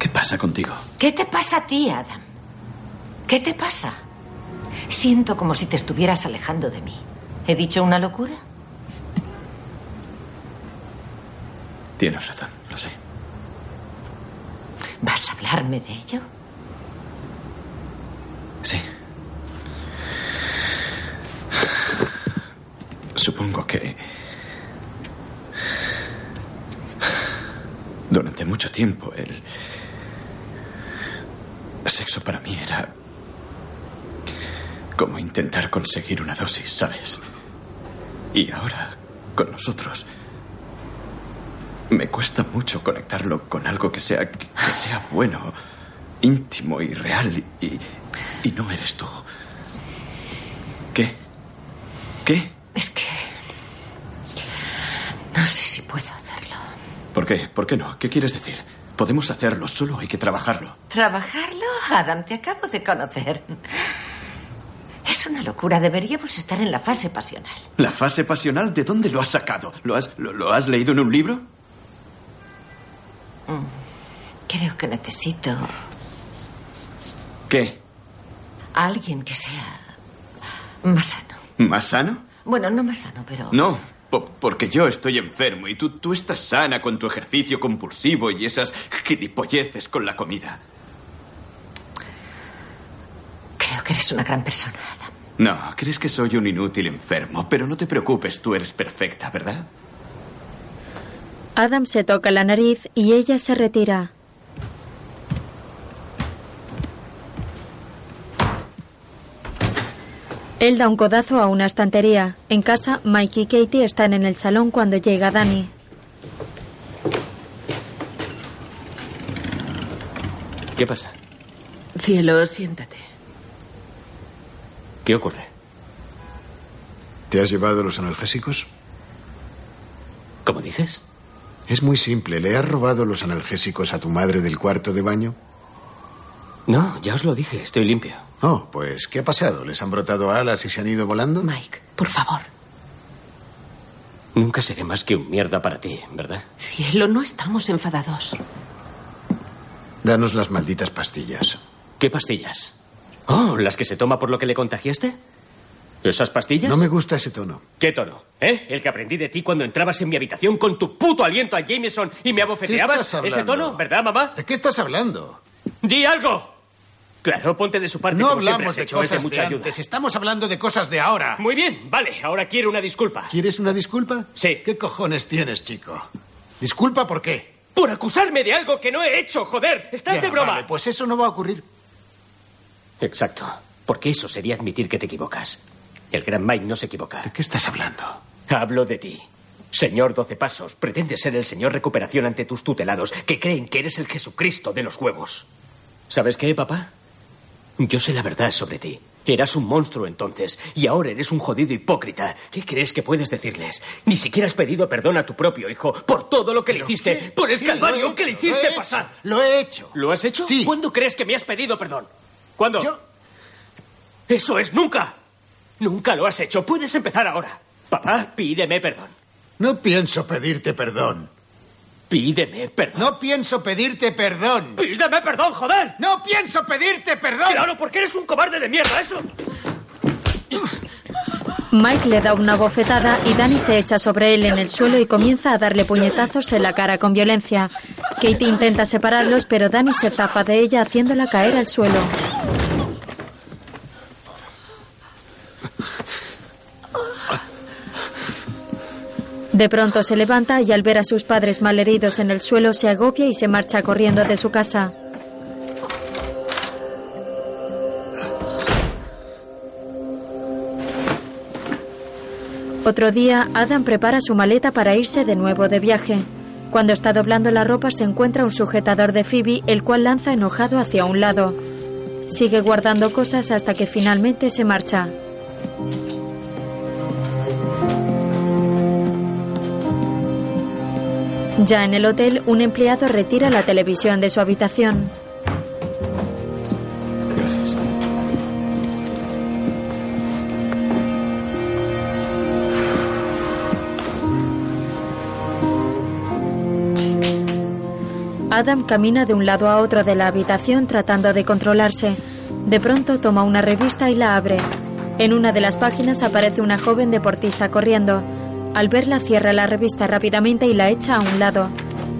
Speaker 2: ¿Qué pasa contigo?
Speaker 13: ¿Qué te pasa a ti, Adam? ¿Qué te pasa? Siento como si te estuvieras alejando de mí. ¿He dicho una locura?
Speaker 2: Tienes razón, lo sé.
Speaker 13: ¿Vas a hablarme de ello?
Speaker 2: Supongo que... Durante mucho tiempo el... Sexo para mí era... como intentar conseguir una dosis, ¿sabes? Y ahora, con nosotros, me cuesta mucho conectarlo con algo que sea, que sea bueno, íntimo y real, y, y no eres tú. ¿Qué? ¿Qué?
Speaker 10: Es que. No sé si puedo hacerlo.
Speaker 2: ¿Por qué? ¿Por qué no? ¿Qué quieres decir? Podemos hacerlo, solo hay que trabajarlo.
Speaker 13: ¿Trabajarlo? Adam, te acabo de conocer. Es una locura. Deberíamos estar en la fase pasional.
Speaker 2: ¿La fase pasional de dónde lo has sacado? ¿Lo has, lo, lo has leído en un libro?
Speaker 13: Mm. Creo que necesito
Speaker 2: ¿Qué?
Speaker 13: a alguien que sea más sano.
Speaker 2: ¿Más sano?
Speaker 13: Bueno, no más sano, pero.
Speaker 2: No, po- porque yo estoy enfermo y tú, tú estás sana con tu ejercicio compulsivo y esas gilipolleces con la comida.
Speaker 13: Creo que eres una gran persona.
Speaker 2: No, crees que soy un inútil enfermo, pero no te preocupes, tú eres perfecta, ¿verdad?
Speaker 1: Adam se toca la nariz y ella se retira. Él da un codazo a una estantería. En casa, Mike y Katie están en el salón cuando llega Danny.
Speaker 9: ¿Qué pasa?
Speaker 14: Cielo, siéntate.
Speaker 9: ¿Qué ocurre?
Speaker 17: ¿Te has llevado los analgésicos?
Speaker 9: ¿Cómo dices?
Speaker 17: Es muy simple. ¿Le has robado los analgésicos a tu madre del cuarto de baño?
Speaker 9: No, ya os lo dije. Estoy limpio.
Speaker 17: Oh, pues, ¿qué ha pasado? ¿Les han brotado alas y se han ido volando?
Speaker 14: Mike, por favor.
Speaker 9: Nunca seré más que un mierda para ti, ¿verdad?
Speaker 14: Cielo, no estamos enfadados.
Speaker 17: Danos las malditas pastillas.
Speaker 9: ¿Qué pastillas? Oh, las que se toma por lo que le contagiaste. ¿Esas pastillas?
Speaker 17: No me gusta ese tono.
Speaker 9: ¿Qué tono? ¿Eh? El que aprendí de ti cuando entrabas en mi habitación con tu puto aliento a Jameson y me abofeteabas.
Speaker 17: ¿Qué estás
Speaker 9: ¿Ese
Speaker 17: hablando?
Speaker 9: tono? ¿Verdad, mamá?
Speaker 17: ¿De qué estás hablando?
Speaker 9: ¡Di algo! Claro, ponte de su parte.
Speaker 17: No
Speaker 9: como siempre
Speaker 17: hablamos
Speaker 9: has
Speaker 17: de
Speaker 9: hecho, es
Speaker 17: cosas
Speaker 9: mucha
Speaker 17: de
Speaker 9: ayuda.
Speaker 17: antes. Estamos hablando de cosas de ahora.
Speaker 9: Muy bien, vale. Ahora quiero una disculpa.
Speaker 17: ¿Quieres una disculpa?
Speaker 9: Sí.
Speaker 17: ¿Qué cojones tienes, chico? ¿Disculpa por qué?
Speaker 9: Por acusarme de algo que no he hecho, joder. Estás
Speaker 17: Ya,
Speaker 9: de broma.
Speaker 17: vale, pues eso no va a ocurrir.
Speaker 9: Exacto. Porque eso sería admitir que te equivocas. El gran Mike no se equivoca. ¿De
Speaker 17: qué estás hablando?
Speaker 9: Hablo de ti. Señor Doce Pasos, pretende ser el señor recuperación ante tus tutelados, que creen que eres el Jesucristo de los huevos. ¿Sabes qué, papá? Yo sé la verdad sobre ti. Eras un monstruo entonces, y ahora eres un jodido hipócrita. ¿Qué crees que puedes decirles? Ni siquiera has pedido perdón a tu propio hijo por todo lo que le hiciste, por el
Speaker 17: Sí,
Speaker 9: calvario
Speaker 17: lo he
Speaker 9: que le
Speaker 17: hecho,
Speaker 9: hiciste
Speaker 17: lo he
Speaker 9: pasar.
Speaker 17: hecho, Lo he hecho.
Speaker 9: ¿Lo has hecho?
Speaker 17: Sí.
Speaker 9: ¿Cuándo crees que me has pedido perdón? ¿Cuándo?
Speaker 17: Yo-
Speaker 9: Eso es nunca. Nunca lo has hecho. Puedes empezar ahora. Papá, pídeme perdón.
Speaker 17: No pienso pedirte perdón.
Speaker 9: Pídeme perdón.
Speaker 17: No pienso pedirte perdón.
Speaker 9: Pídeme perdón, joder.
Speaker 17: No pienso pedirte perdón.
Speaker 9: Claro, porque eres un cobarde de mierda, eso.
Speaker 1: Mike le da una bofetada y Danny se echa sobre él en el suelo y comienza a darle puñetazos en la cara con violencia. Katie intenta separarlos, pero Danny se zafa de ella haciéndola caer al suelo. De pronto se levanta y al ver a sus padres malheridos en el suelo se agobia y se marcha corriendo de su casa. Otro día, Adam prepara su maleta para irse de nuevo de viaje. Cuando está doblando la ropa se encuentra un sujetador de Phoebe, el cual lanza enojado hacia un lado. Sigue guardando cosas hasta que finalmente se marcha. Ya en el hotel, un empleado retira la televisión de su habitación. Adam camina de un lado a otro de la habitación tratando de controlarse. De pronto toma una revista y la abre. En una de las páginas aparece una joven deportista corriendo. Al verla cierra la revista rápidamente y la echa a un lado.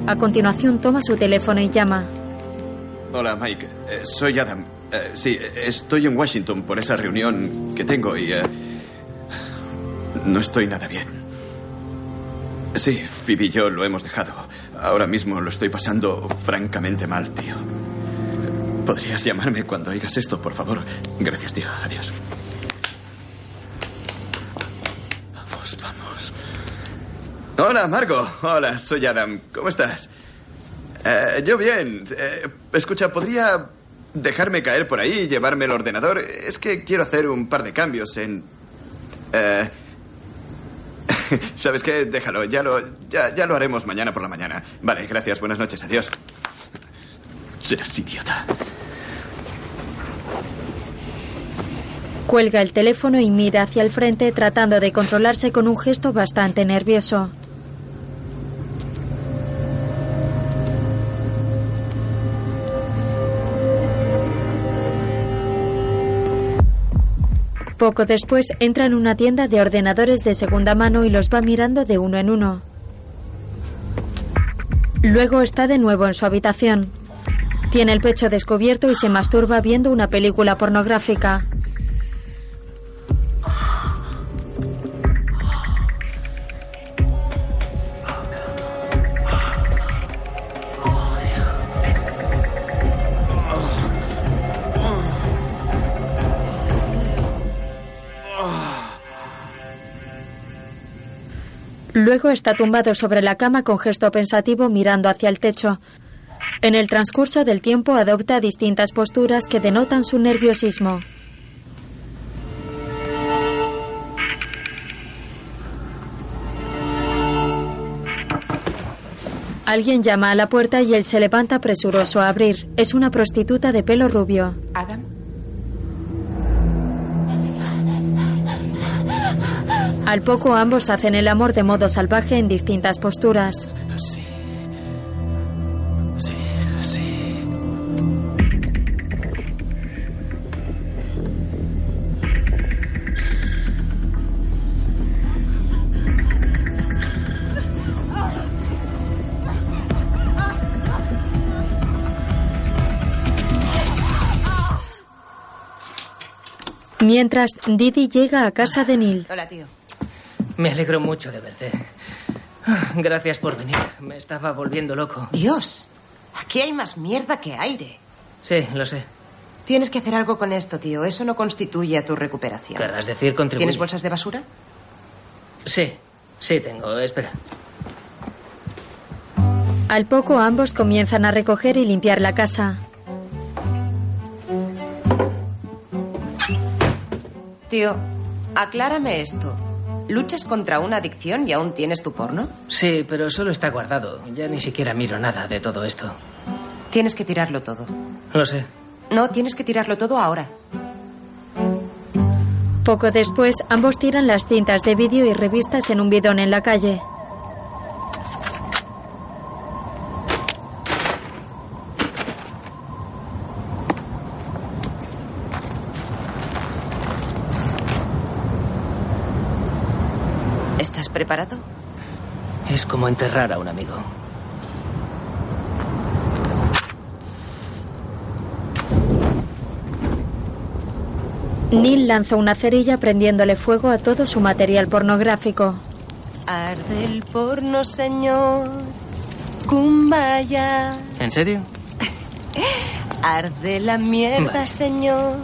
Speaker 1: A continuación toma su teléfono y llama.
Speaker 2: Hola, Mike. Eh, soy Adam. Eh, sí, eh, estoy en Washington por esa reunión que tengo y... eh, no estoy nada bien. Sí, Phoebe y yo lo hemos dejado. Ahora mismo lo estoy pasando francamente mal, tío. ¿Podrías llamarme cuando oigas esto, por favor? Gracias, tío. Adiós. Hola, Margo. Hola, soy Adam. ¿Cómo estás? Eh, yo bien. Eh, escucha, ¿podría dejarme caer por ahí y llevarme el ordenador? Es que quiero hacer un par de cambios en... eh, ¿Sabes qué? Déjalo. Ya lo, ya, ya lo haremos mañana por la mañana. Vale, gracias. Buenas noches. Adiós. Serás idiota.
Speaker 1: Cuelga el teléfono y mira hacia el frente tratando de controlarse con un gesto bastante nervioso. Poco después entra en una tienda de ordenadores de segunda mano y los va mirando de uno en uno. Luego está de nuevo en su habitación. Tiene el pecho descubierto y se masturba viendo una película pornográfica. Luego está tumbado sobre la cama con gesto pensativo mirando hacia el techo. En el transcurso del tiempo adopta distintas posturas que denotan su nerviosismo. Alguien llama a la puerta y él se levanta presuroso a abrir. Es una prostituta de pelo rubio.
Speaker 11: Adam.
Speaker 1: Al poco ambos hacen el amor de modo salvaje en distintas posturas.
Speaker 20: Sí. Sí, sí.
Speaker 1: Mientras, Didi llega a casa de Neil.
Speaker 10: Hola, tío.
Speaker 4: Me alegro mucho de verte. Ah, Gracias por venir. Me estaba volviendo loco.
Speaker 10: Dios, aquí hay más mierda que aire.
Speaker 4: Sí, lo sé.
Speaker 10: Tienes que hacer algo con esto, tío. Eso no constituye a tu recuperación.
Speaker 4: Querrás decir contribuir.
Speaker 10: ¿Tienes bolsas de basura?
Speaker 4: Sí, sí tengo. Espera.
Speaker 1: Al poco ambos comienzan a recoger y limpiar la casa.
Speaker 10: Tío, aclárame esto. ¿Luchas contra una adicción y aún tienes tu porno?
Speaker 4: Sí, pero solo está guardado. Ya ni siquiera miro nada de todo esto.
Speaker 10: Tienes que tirarlo todo.
Speaker 4: Lo sé.
Speaker 10: No, tienes que tirarlo todo ahora.
Speaker 1: Poco después, ambos tiran las cintas de vídeo y revistas en un bidón en la calle.
Speaker 10: ¿Estás preparado?
Speaker 4: Es como enterrar a un amigo.
Speaker 1: Neil lanza una cerilla prendiéndole fuego a todo su material pornográfico.
Speaker 10: Arde el porno, señor. Kumbaya.
Speaker 4: ¿En serio?
Speaker 10: Arde la mierda, señor.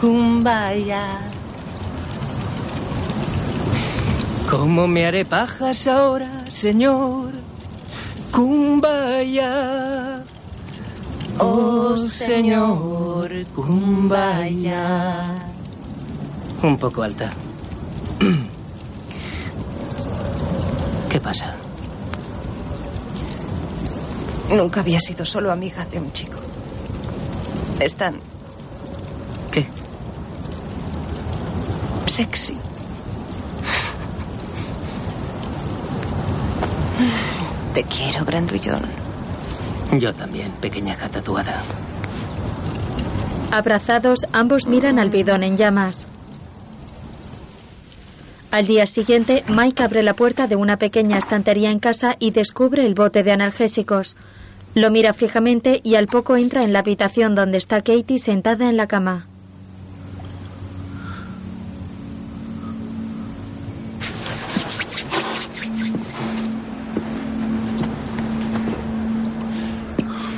Speaker 10: Kumbaya.
Speaker 4: ¿Cómo me haré pajas ahora, señor? Kumbaya.
Speaker 10: Oh, señor. Kumbaya.
Speaker 4: Un poco alta. ¿Qué pasa?
Speaker 10: Nunca había sido solo amiga de un chico. Están.
Speaker 4: ¿Qué?
Speaker 10: Sexy. Te quiero, Brandullón.
Speaker 4: Yo también, pequeña gata tatuada.
Speaker 1: Abrazados, ambos miran al bidón en llamas. Al día siguiente, Mike abre la puerta de una pequeña estantería en casa y descubre el bote de analgésicos. Lo mira fijamente y al poco entra en la habitación donde está Katie sentada en la cama.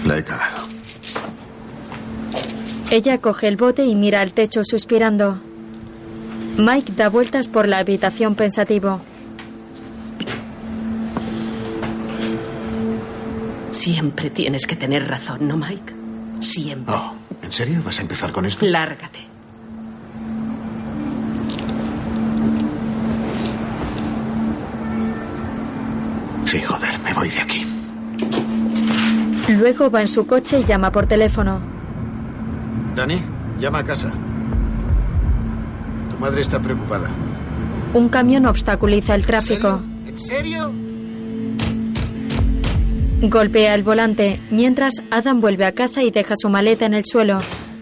Speaker 7: La he cagado.
Speaker 1: Ella coge el bote y mira al techo suspirando. Mike da vueltas por la habitación pensativo.
Speaker 14: Siempre tienes que tener razón, ¿no, Mike? Siempre.
Speaker 11: Oh, ¿En serio? ¿Vas a empezar con esto?
Speaker 14: Lárgate.
Speaker 11: Sí, joder, me voy de aquí.
Speaker 1: Luego va en su coche y llama por teléfono.
Speaker 11: Dani, llama a casa. Tu madre está preocupada.
Speaker 1: Un camión obstaculiza el tráfico.
Speaker 11: ¿En serio?
Speaker 1: Golpea el volante, mientras Adam vuelve a casa y deja su maleta en el suelo.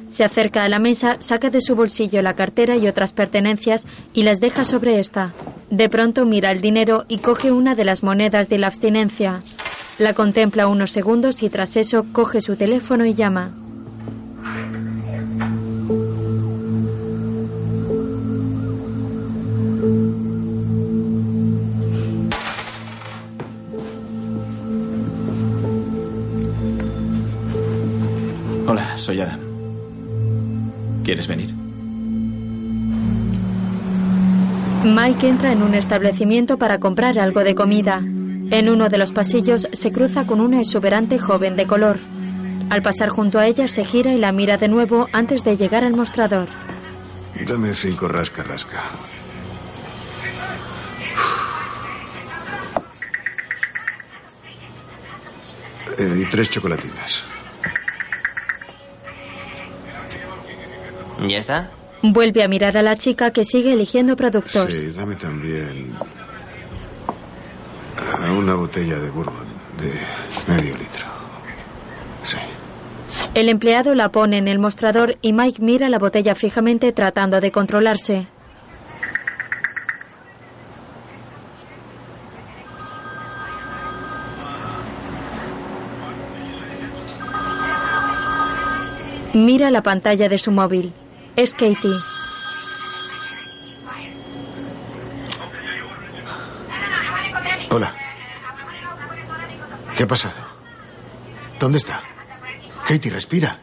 Speaker 1: Se acerca a la mesa, saca de su bolsillo la cartera y otras pertenencias y las deja sobre esta. De pronto mira el dinero y coge una de las monedas de la abstinencia. La contempla unos segundos y tras eso coge su teléfono y llama.
Speaker 2: Hola, soy Adam. ¿Quieres venir?
Speaker 1: Mike entra en un establecimiento para comprar algo de comida. En uno de los pasillos se cruza con una exuberante joven de color. Al pasar junto a ella se gira y la mira de nuevo antes de llegar al mostrador.
Speaker 7: Dame cinco rasca, rasca. Eh, y tres chocolatinas.
Speaker 24: ¿Ya está?
Speaker 1: Vuelve a mirar a la chica que sigue eligiendo productos.
Speaker 7: Sí, dame también ah, una botella de bourbon de medio litro. Sí.
Speaker 1: El empleado la pone en el mostrador y Mike mira la botella fijamente tratando de controlarse. Mira la pantalla de su móvil. Es Katie.
Speaker 7: Hola. ¿Qué ha pasado? ¿Dónde está? Katie, respira.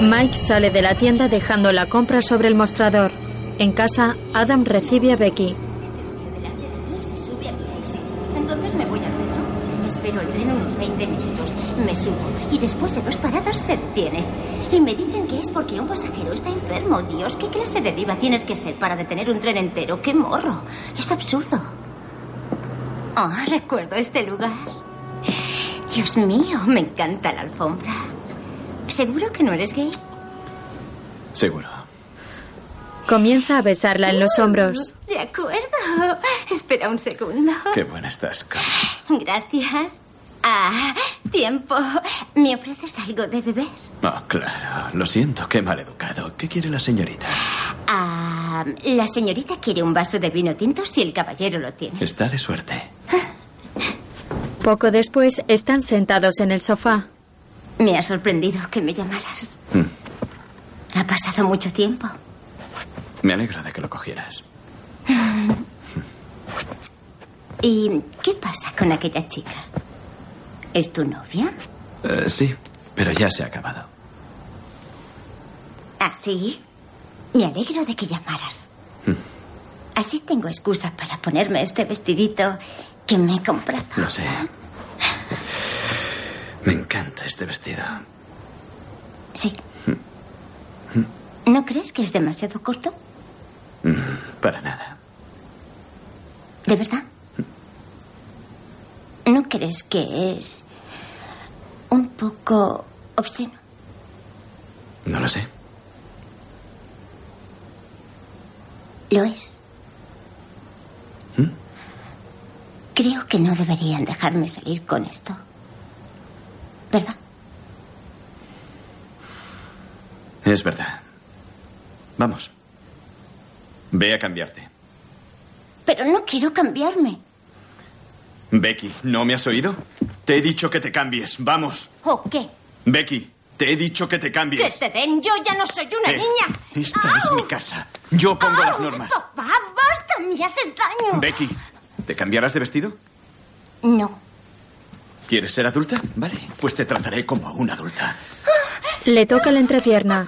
Speaker 1: Mike sale de la tienda dejando la compra sobre el mostrador. En casa, Adam recibe a Becky.
Speaker 16: delante de mí y se sube a mi taxi. Entonces me voy al metro. Espero el tren unos 20 minutos. Me subo y después de dos paradas se detiene. Y me dicen que es porque un pasajero está enfermo. Dios, ¿qué clase de diva tienes que ser para detener un tren entero? ¡Qué morro! Es absurdo. Ah, recuerdo este lugar. Dios mío, me encanta la alfombra. ¿Seguro que no eres gay?
Speaker 2: Seguro.
Speaker 1: Comienza a besarla en los hombros.
Speaker 16: De acuerdo. Espera un segundo.
Speaker 2: Qué buena estás, Cam.
Speaker 16: Gracias. Ah, tiempo. ¿Me ofreces algo de beber?
Speaker 2: Ah, claro. Lo siento, qué mal educado. ¿Qué quiere la señorita?
Speaker 16: Ah, la señorita quiere un vaso de vino tinto si el caballero lo tiene.
Speaker 2: Está de suerte.
Speaker 1: Poco después están sentados en el sofá.
Speaker 16: Me ha sorprendido que me llamaras.
Speaker 2: Hmm.
Speaker 16: Ha pasado mucho tiempo.
Speaker 2: Me alegro de que lo cogieras.
Speaker 16: ¿Y qué pasa con aquella chica? ¿Es tu novia?
Speaker 2: Eh, sí, pero ya se ha acabado.
Speaker 16: ¿Ah, sí? Me alegro de que llamaras. Así tengo excusa para ponerme este vestidito que me he comprado.
Speaker 2: Lo sé. Me encanta este vestido.
Speaker 16: Sí. ¿No crees que es demasiado corto?
Speaker 2: Mm, Para nada.
Speaker 16: ¿De verdad? ¿No crees que es un poco obsceno?
Speaker 2: No lo sé.
Speaker 16: Lo es. Creo que no deberían dejarme salir con esto. ¿Verdad?
Speaker 2: Es verdad. Vamos. Ve a cambiarte.
Speaker 16: Pero no quiero cambiarme.
Speaker 2: Becky, ¿no me has oído? Te he dicho que te cambies. Vamos.
Speaker 16: ¿O qué?
Speaker 2: Becky, te he dicho que te
Speaker 16: Que
Speaker 2: cambies.
Speaker 16: te den, yo ya no soy una
Speaker 2: Eh,
Speaker 16: niña.
Speaker 2: Esta es mi casa. Yo pongo las normas.
Speaker 16: Va, basta, me haces daño.
Speaker 2: Becky, ¿te cambiarás de vestido?
Speaker 16: No.
Speaker 2: ¿Quieres ser adulta? Vale, pues te trataré como a una adulta.
Speaker 1: Le toca la entrepierna.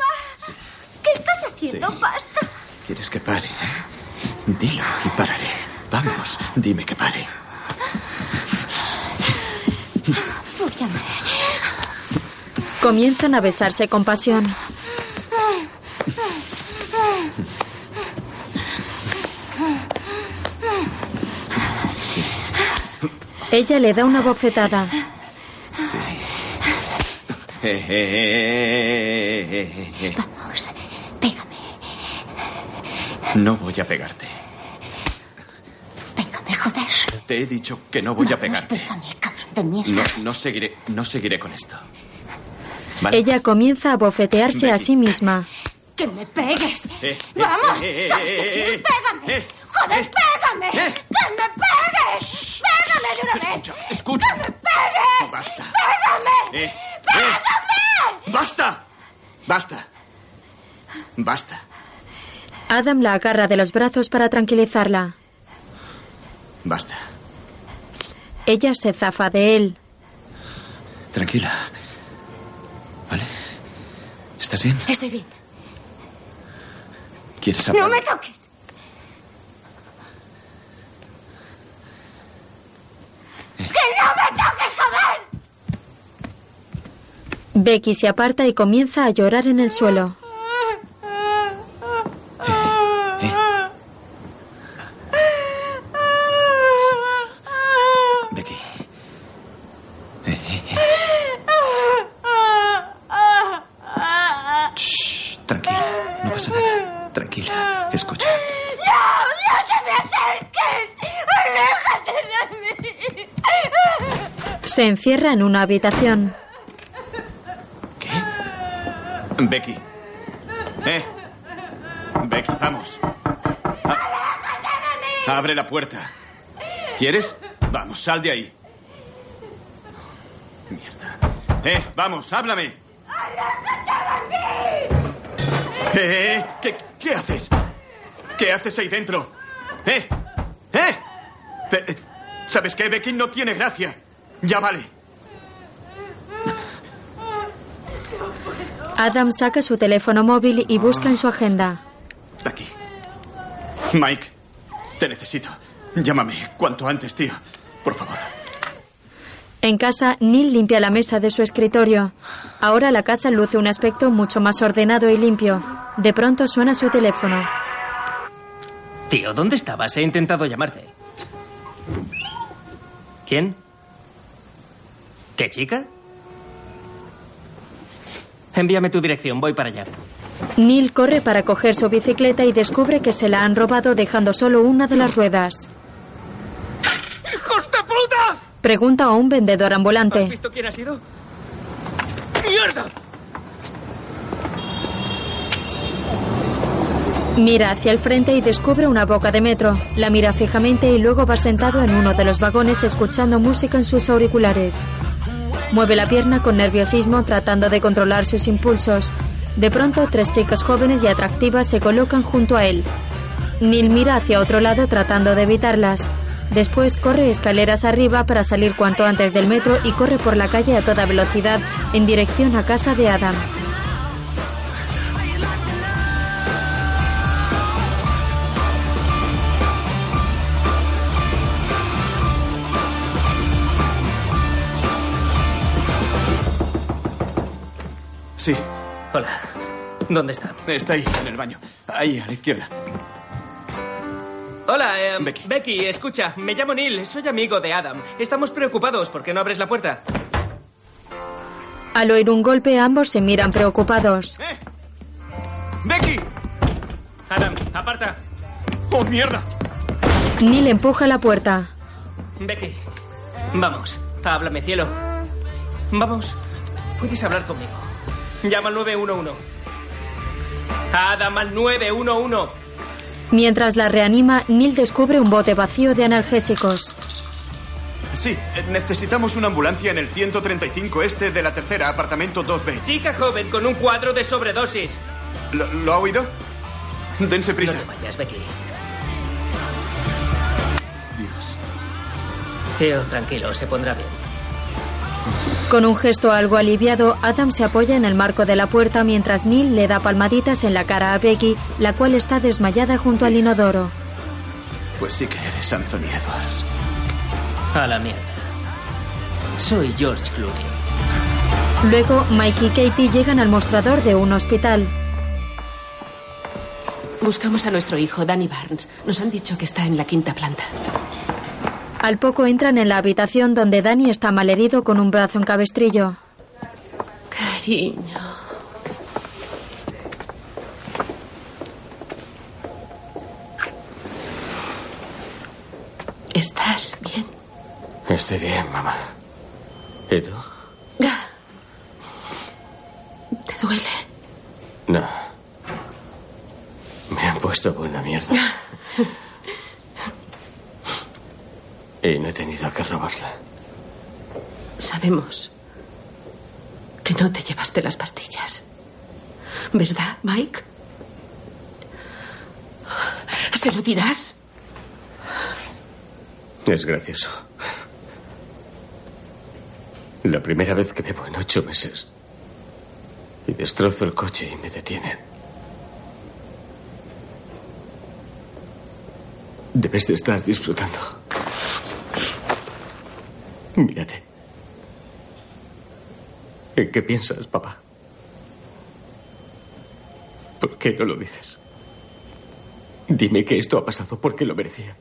Speaker 16: ¿Qué estás haciendo? Basta.
Speaker 2: ¿Quieres que pare? Dilo y pararé. Vamos, dime que pare.
Speaker 8: Fúyame.
Speaker 1: Comienzan a besarse con pasión.
Speaker 2: Sí,
Speaker 1: Ella le da una bofetada.
Speaker 2: sí. Eh, eh, eh, eh, eh, eh, eh.
Speaker 8: Vamos, pégame.
Speaker 2: No voy a pegarte.
Speaker 8: Pégame, joder.
Speaker 2: Te he dicho que no voy a pegarte.
Speaker 8: Pégame, cabrón de mierda.
Speaker 2: No, no seguiré, no seguiré con esto. Vale.
Speaker 1: Ella comienza a bofetearse a sí misma.
Speaker 8: ¡Que me pegues!
Speaker 2: Eh,
Speaker 8: ¡Vamos!
Speaker 2: eh, eh,
Speaker 8: ¿Sabes
Speaker 2: eh,
Speaker 8: qué
Speaker 2: eh,
Speaker 8: quieres?
Speaker 2: eh,
Speaker 8: ¡Pégame! ¡Joder, pégame! ¡Que me pegues! ¡Pégame de una vez!
Speaker 2: Escucha.
Speaker 8: ¡Que me pegues!
Speaker 2: Basta.
Speaker 8: ¡Pégame!
Speaker 2: Eh,
Speaker 8: ¡Pégame!
Speaker 2: ¡Basta! ¡Basta! ¡Basta!
Speaker 1: Adam la agarra de los brazos para tranquilizarla.
Speaker 2: ¡Basta!
Speaker 1: Ella se zafa de él.
Speaker 2: Tranquila. ¿Vale? ¿Estás bien?
Speaker 8: Estoy bien.
Speaker 2: ¿Quieres hablar?
Speaker 8: ¡No me toques!
Speaker 2: Eh.
Speaker 8: ¡Que no me toques, joder!
Speaker 1: Becky se aparta y comienza a llorar en el suelo.
Speaker 2: Eh, Becky. Eh, eh. Shh, tranquila. No pasa nada. Tranquila. Escucha.
Speaker 8: ¡No! ¡No te me acerques! ¡Aléjate de mí!
Speaker 1: Se encierra en una habitación.
Speaker 2: Becky. Eh. Becky, vamos. A- Abre la puerta. ¿Quieres? Vamos, sal de ahí. Mierda. Eh, vamos, háblame. Eh, eh, eh, ¿qué, qué haces? ¿Qué haces ahí dentro? ¡Eh! ¡Eh! Pe- eh, ¿Sabes qué? Becky no tiene gracia. Ya vale.
Speaker 1: Adam saca su teléfono móvil y busca en su agenda.
Speaker 2: Mike, te necesito. Llámame cuanto antes, tío. Por favor.
Speaker 1: En casa, Neil limpia la mesa de su escritorio. Ahora la casa luce un aspecto mucho más ordenado y limpio. De pronto suena su teléfono.
Speaker 4: Tío, ¿dónde estabas? He intentado llamarte. ¿Quién? ¿Qué chica? Envíame tu dirección, voy para allá.
Speaker 1: Neil corre para coger su bicicleta y descubre que se la han robado dejando solo una de las ruedas.
Speaker 25: ¡Hijos de puta!
Speaker 1: Pregunta a un vendedor
Speaker 25: ¿Has
Speaker 1: ambulante.
Speaker 25: visto quién ha sido? ¡Mierda!
Speaker 1: Mira hacia el frente y descubre una boca de metro. La mira fijamente y luego va sentado en uno de los vagones escuchando música en sus auriculares. Mueve la pierna con nerviosismo tratando de controlar sus impulsos. De pronto, tres chicas jóvenes y atractivas se colocan junto a él. Neil mira hacia otro lado tratando de evitarlas. Después corre escaleras arriba para salir cuanto antes del metro y corre por la calle a toda velocidad en dirección a casa de Adam.
Speaker 2: Sí.
Speaker 4: Hola. ¿Dónde está?
Speaker 2: Está ahí, en el baño. Ahí, a la izquierda.
Speaker 4: Hola, eh, Becky. escucha, me llamo Neil, soy amigo de Adam. Estamos preocupados, ¿por qué no abres la puerta?
Speaker 1: Al oír un golpe, ambos se miran preocupados.
Speaker 2: ¡Becky!
Speaker 4: Adam, aparta.
Speaker 2: ¡Oh, mierda!
Speaker 1: Neil empuja la puerta.
Speaker 4: Becky, vamos, háblame, cielo. Vamos, puedes hablar conmigo. Llama al 911. Adam, al 911.
Speaker 1: Mientras la reanima, Neil descubre un bote vacío de analgésicos.
Speaker 2: Sí, eh, necesitamos una ambulancia en el 135 este de la tercera, apartamento 2B.
Speaker 4: Chica joven con un cuadro de sobredosis.
Speaker 2: ¿Lo, lo ha oído? Dense prisa.
Speaker 4: No te vayas, Becky.
Speaker 2: Dios.
Speaker 4: Tío, tranquilo, se pondrá bien.
Speaker 1: Con un gesto algo aliviado, Adam se apoya en el marco de la puerta mientras Neil le da palmaditas en la cara a Becky, la cual está desmayada junto al inodoro.
Speaker 2: Pues sí que eres Anthony Edwards.
Speaker 4: A la mierda. Soy George Clooney.
Speaker 1: Luego, Mike y Katie llegan al mostrador de un hospital.
Speaker 11: Buscamos a nuestro hijo, Danny Barnes. Nos han dicho que está en la quinta planta.
Speaker 1: Al poco entran en la habitación donde Danny está malherido con un brazo en cabestrillo.
Speaker 11: Cariño. ¿Estás bien?
Speaker 9: Estoy bien, mamá. ¿Y tú?
Speaker 11: ¿Te duele?
Speaker 9: No. Me han puesto buena mierda. Y no he tenido que robarla.
Speaker 11: Sabemos que no te llevaste las pastillas. ¿Verdad, Mike? ¿Se lo dirás?
Speaker 9: Es gracioso. La primera vez que bebo en ocho meses. Y destrozo el coche y me detienen. Debes de estar disfrutando. Mírate. ¿En qué piensas, papá? ¿Por qué no lo dices? Dime que esto ha pasado porque lo merecía.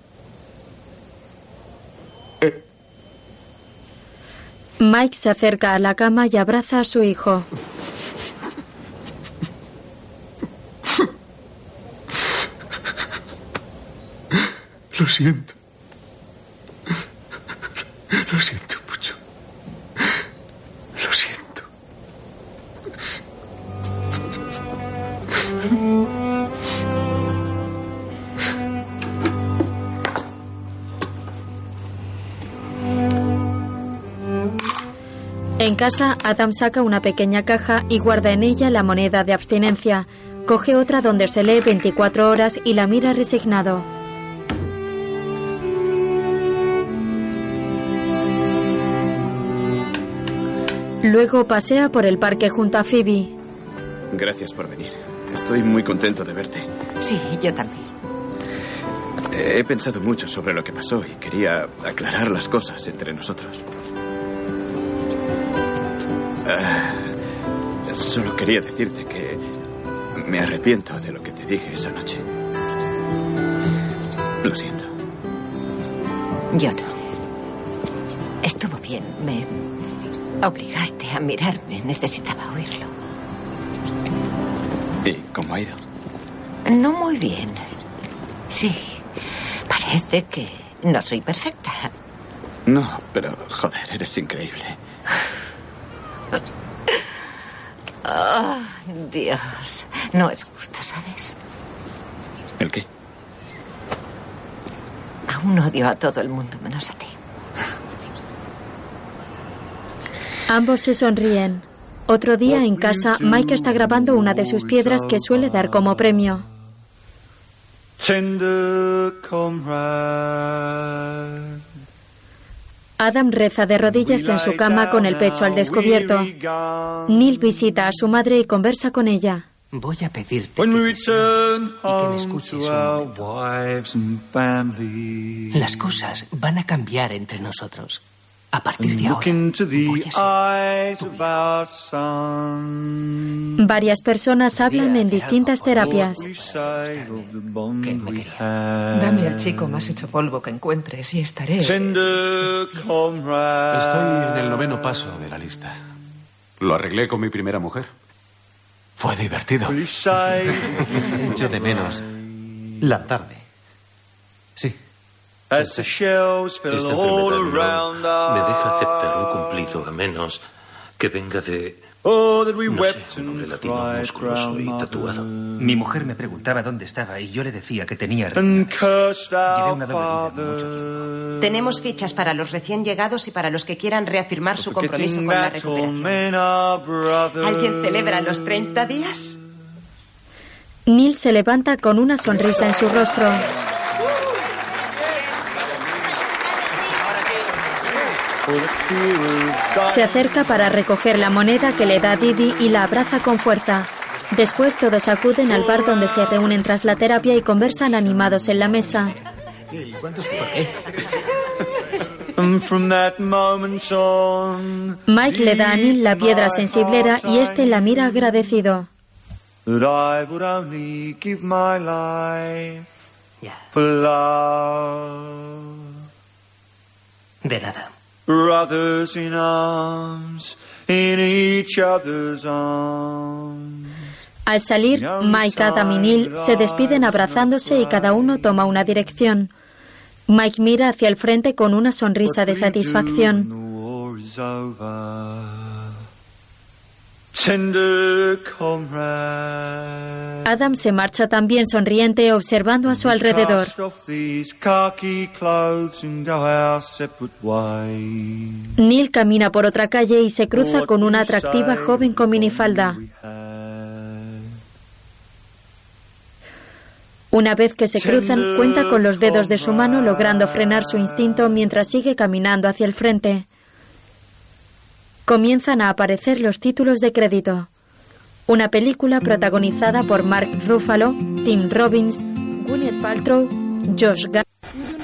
Speaker 1: Mike se acerca a la cama y abraza a su hijo.
Speaker 17: Lo siento. Lo siento mucho. Lo siento.
Speaker 1: En casa, Adam saca una pequeña caja y guarda en ella la moneda de abstinencia. Coge otra donde se lee 24 horas y la mira resignado. Luego pasea por el parque junto a Phoebe.
Speaker 2: Gracias por venir. Estoy muy contento de verte.
Speaker 13: Sí, yo también.
Speaker 2: Eh, He pensado mucho sobre lo que pasó y quería aclarar las cosas entre nosotros. Ah, solo quería decirte que me arrepiento de lo que te dije esa noche. Lo siento.
Speaker 13: Yo no. Estuvo bien. Me obligaste a mirarme. Necesitaba oírlo.
Speaker 2: ¿Y cómo ha ido?
Speaker 13: No muy bien. Sí. Parece que no soy perfecta.
Speaker 2: No, pero joder, eres increíble.
Speaker 13: Oh, Dios. No es justo, ¿sabes?
Speaker 2: ¿El qué?
Speaker 13: Aún odio a todo el mundo menos a ti.
Speaker 1: Ambos se sonríen. Otro día en casa, Mike está grabando una de sus piedras que suele dar como premio.
Speaker 19: Tender comrade.
Speaker 1: Adam reza de rodillas en su cama con el pecho al descubierto. Neil visita a su madre y conversa con ella.
Speaker 19: Voy a pedirte que me escuches
Speaker 23: Las cosas van a cambiar entre nosotros. A partir de
Speaker 19: Look
Speaker 23: ahora.
Speaker 19: into the eyes of our sun.
Speaker 1: Varias personas hablan en distintas terapias.
Speaker 26: Dame al chico más hecho polvo que encuentres y estaré.
Speaker 19: Tender comrade.
Speaker 15: Estoy en el noveno paso de la lista. Ah. Lo arreglé con mi primera mujer. Fue divertido.
Speaker 18: Yo de menos lanzarme. Sí.
Speaker 19: As the shells fell
Speaker 18: Esta
Speaker 19: all
Speaker 18: este enfermedad
Speaker 19: around
Speaker 18: me
Speaker 19: us.
Speaker 18: deja aceptar un cumplido a menos que venga de
Speaker 19: Oh, that we
Speaker 18: No
Speaker 19: wept
Speaker 18: sé, un hombre
Speaker 19: and
Speaker 18: latino
Speaker 19: cried
Speaker 18: musculoso y tatuado.
Speaker 23: Mi mujer me preguntaba dónde estaba y yo le decía que tenía
Speaker 19: and cursed
Speaker 23: Llevé
Speaker 19: our
Speaker 23: una doble
Speaker 19: father.
Speaker 10: Tenemos fichas para los recién llegados y para los que quieran reafirmar su compromiso
Speaker 19: Forgetting
Speaker 10: con la
Speaker 19: that all
Speaker 10: recuperación.
Speaker 19: men are brothers.
Speaker 10: ¿Alguien celebra los 30 días?
Speaker 1: Neil se levanta con una sonrisa en su rostro. Se acerca para recoger la moneda que le da Didi y la abraza con fuerza. Después todos acuden al bar donde se reúnen tras la terapia y conversan animados en la mesa.
Speaker 19: And from that moment on,
Speaker 1: Mike le da a Neil la piedra sensiblera y este la mira agradecido.
Speaker 19: that I would only give my life for love.
Speaker 23: De nada.
Speaker 19: Brothers in arms, in each other's arms.
Speaker 1: Al salir, Mike, Adam y Neil se despiden abrazándose y cada uno toma una dirección. Mike mira hacia el frente con una sonrisa de satisfacción.
Speaker 19: War is over. Tender comrade.
Speaker 1: Adam se marcha también sonriente observando a su alrededor.
Speaker 19: Cast off these khaki clothes and go our separate ways.
Speaker 1: Neil camina por otra calle y se cruza con una atractiva joven con minifalda. Una vez que se cruzan, cuenta con los dedos de su mano logrando frenar su instinto mientras sigue caminando hacia el frente. Comienzan a aparecer los títulos de crédito. Una película protagonizada por Mark Ruffalo, Tim Robbins, Gwyneth Paltrow, Josh Gad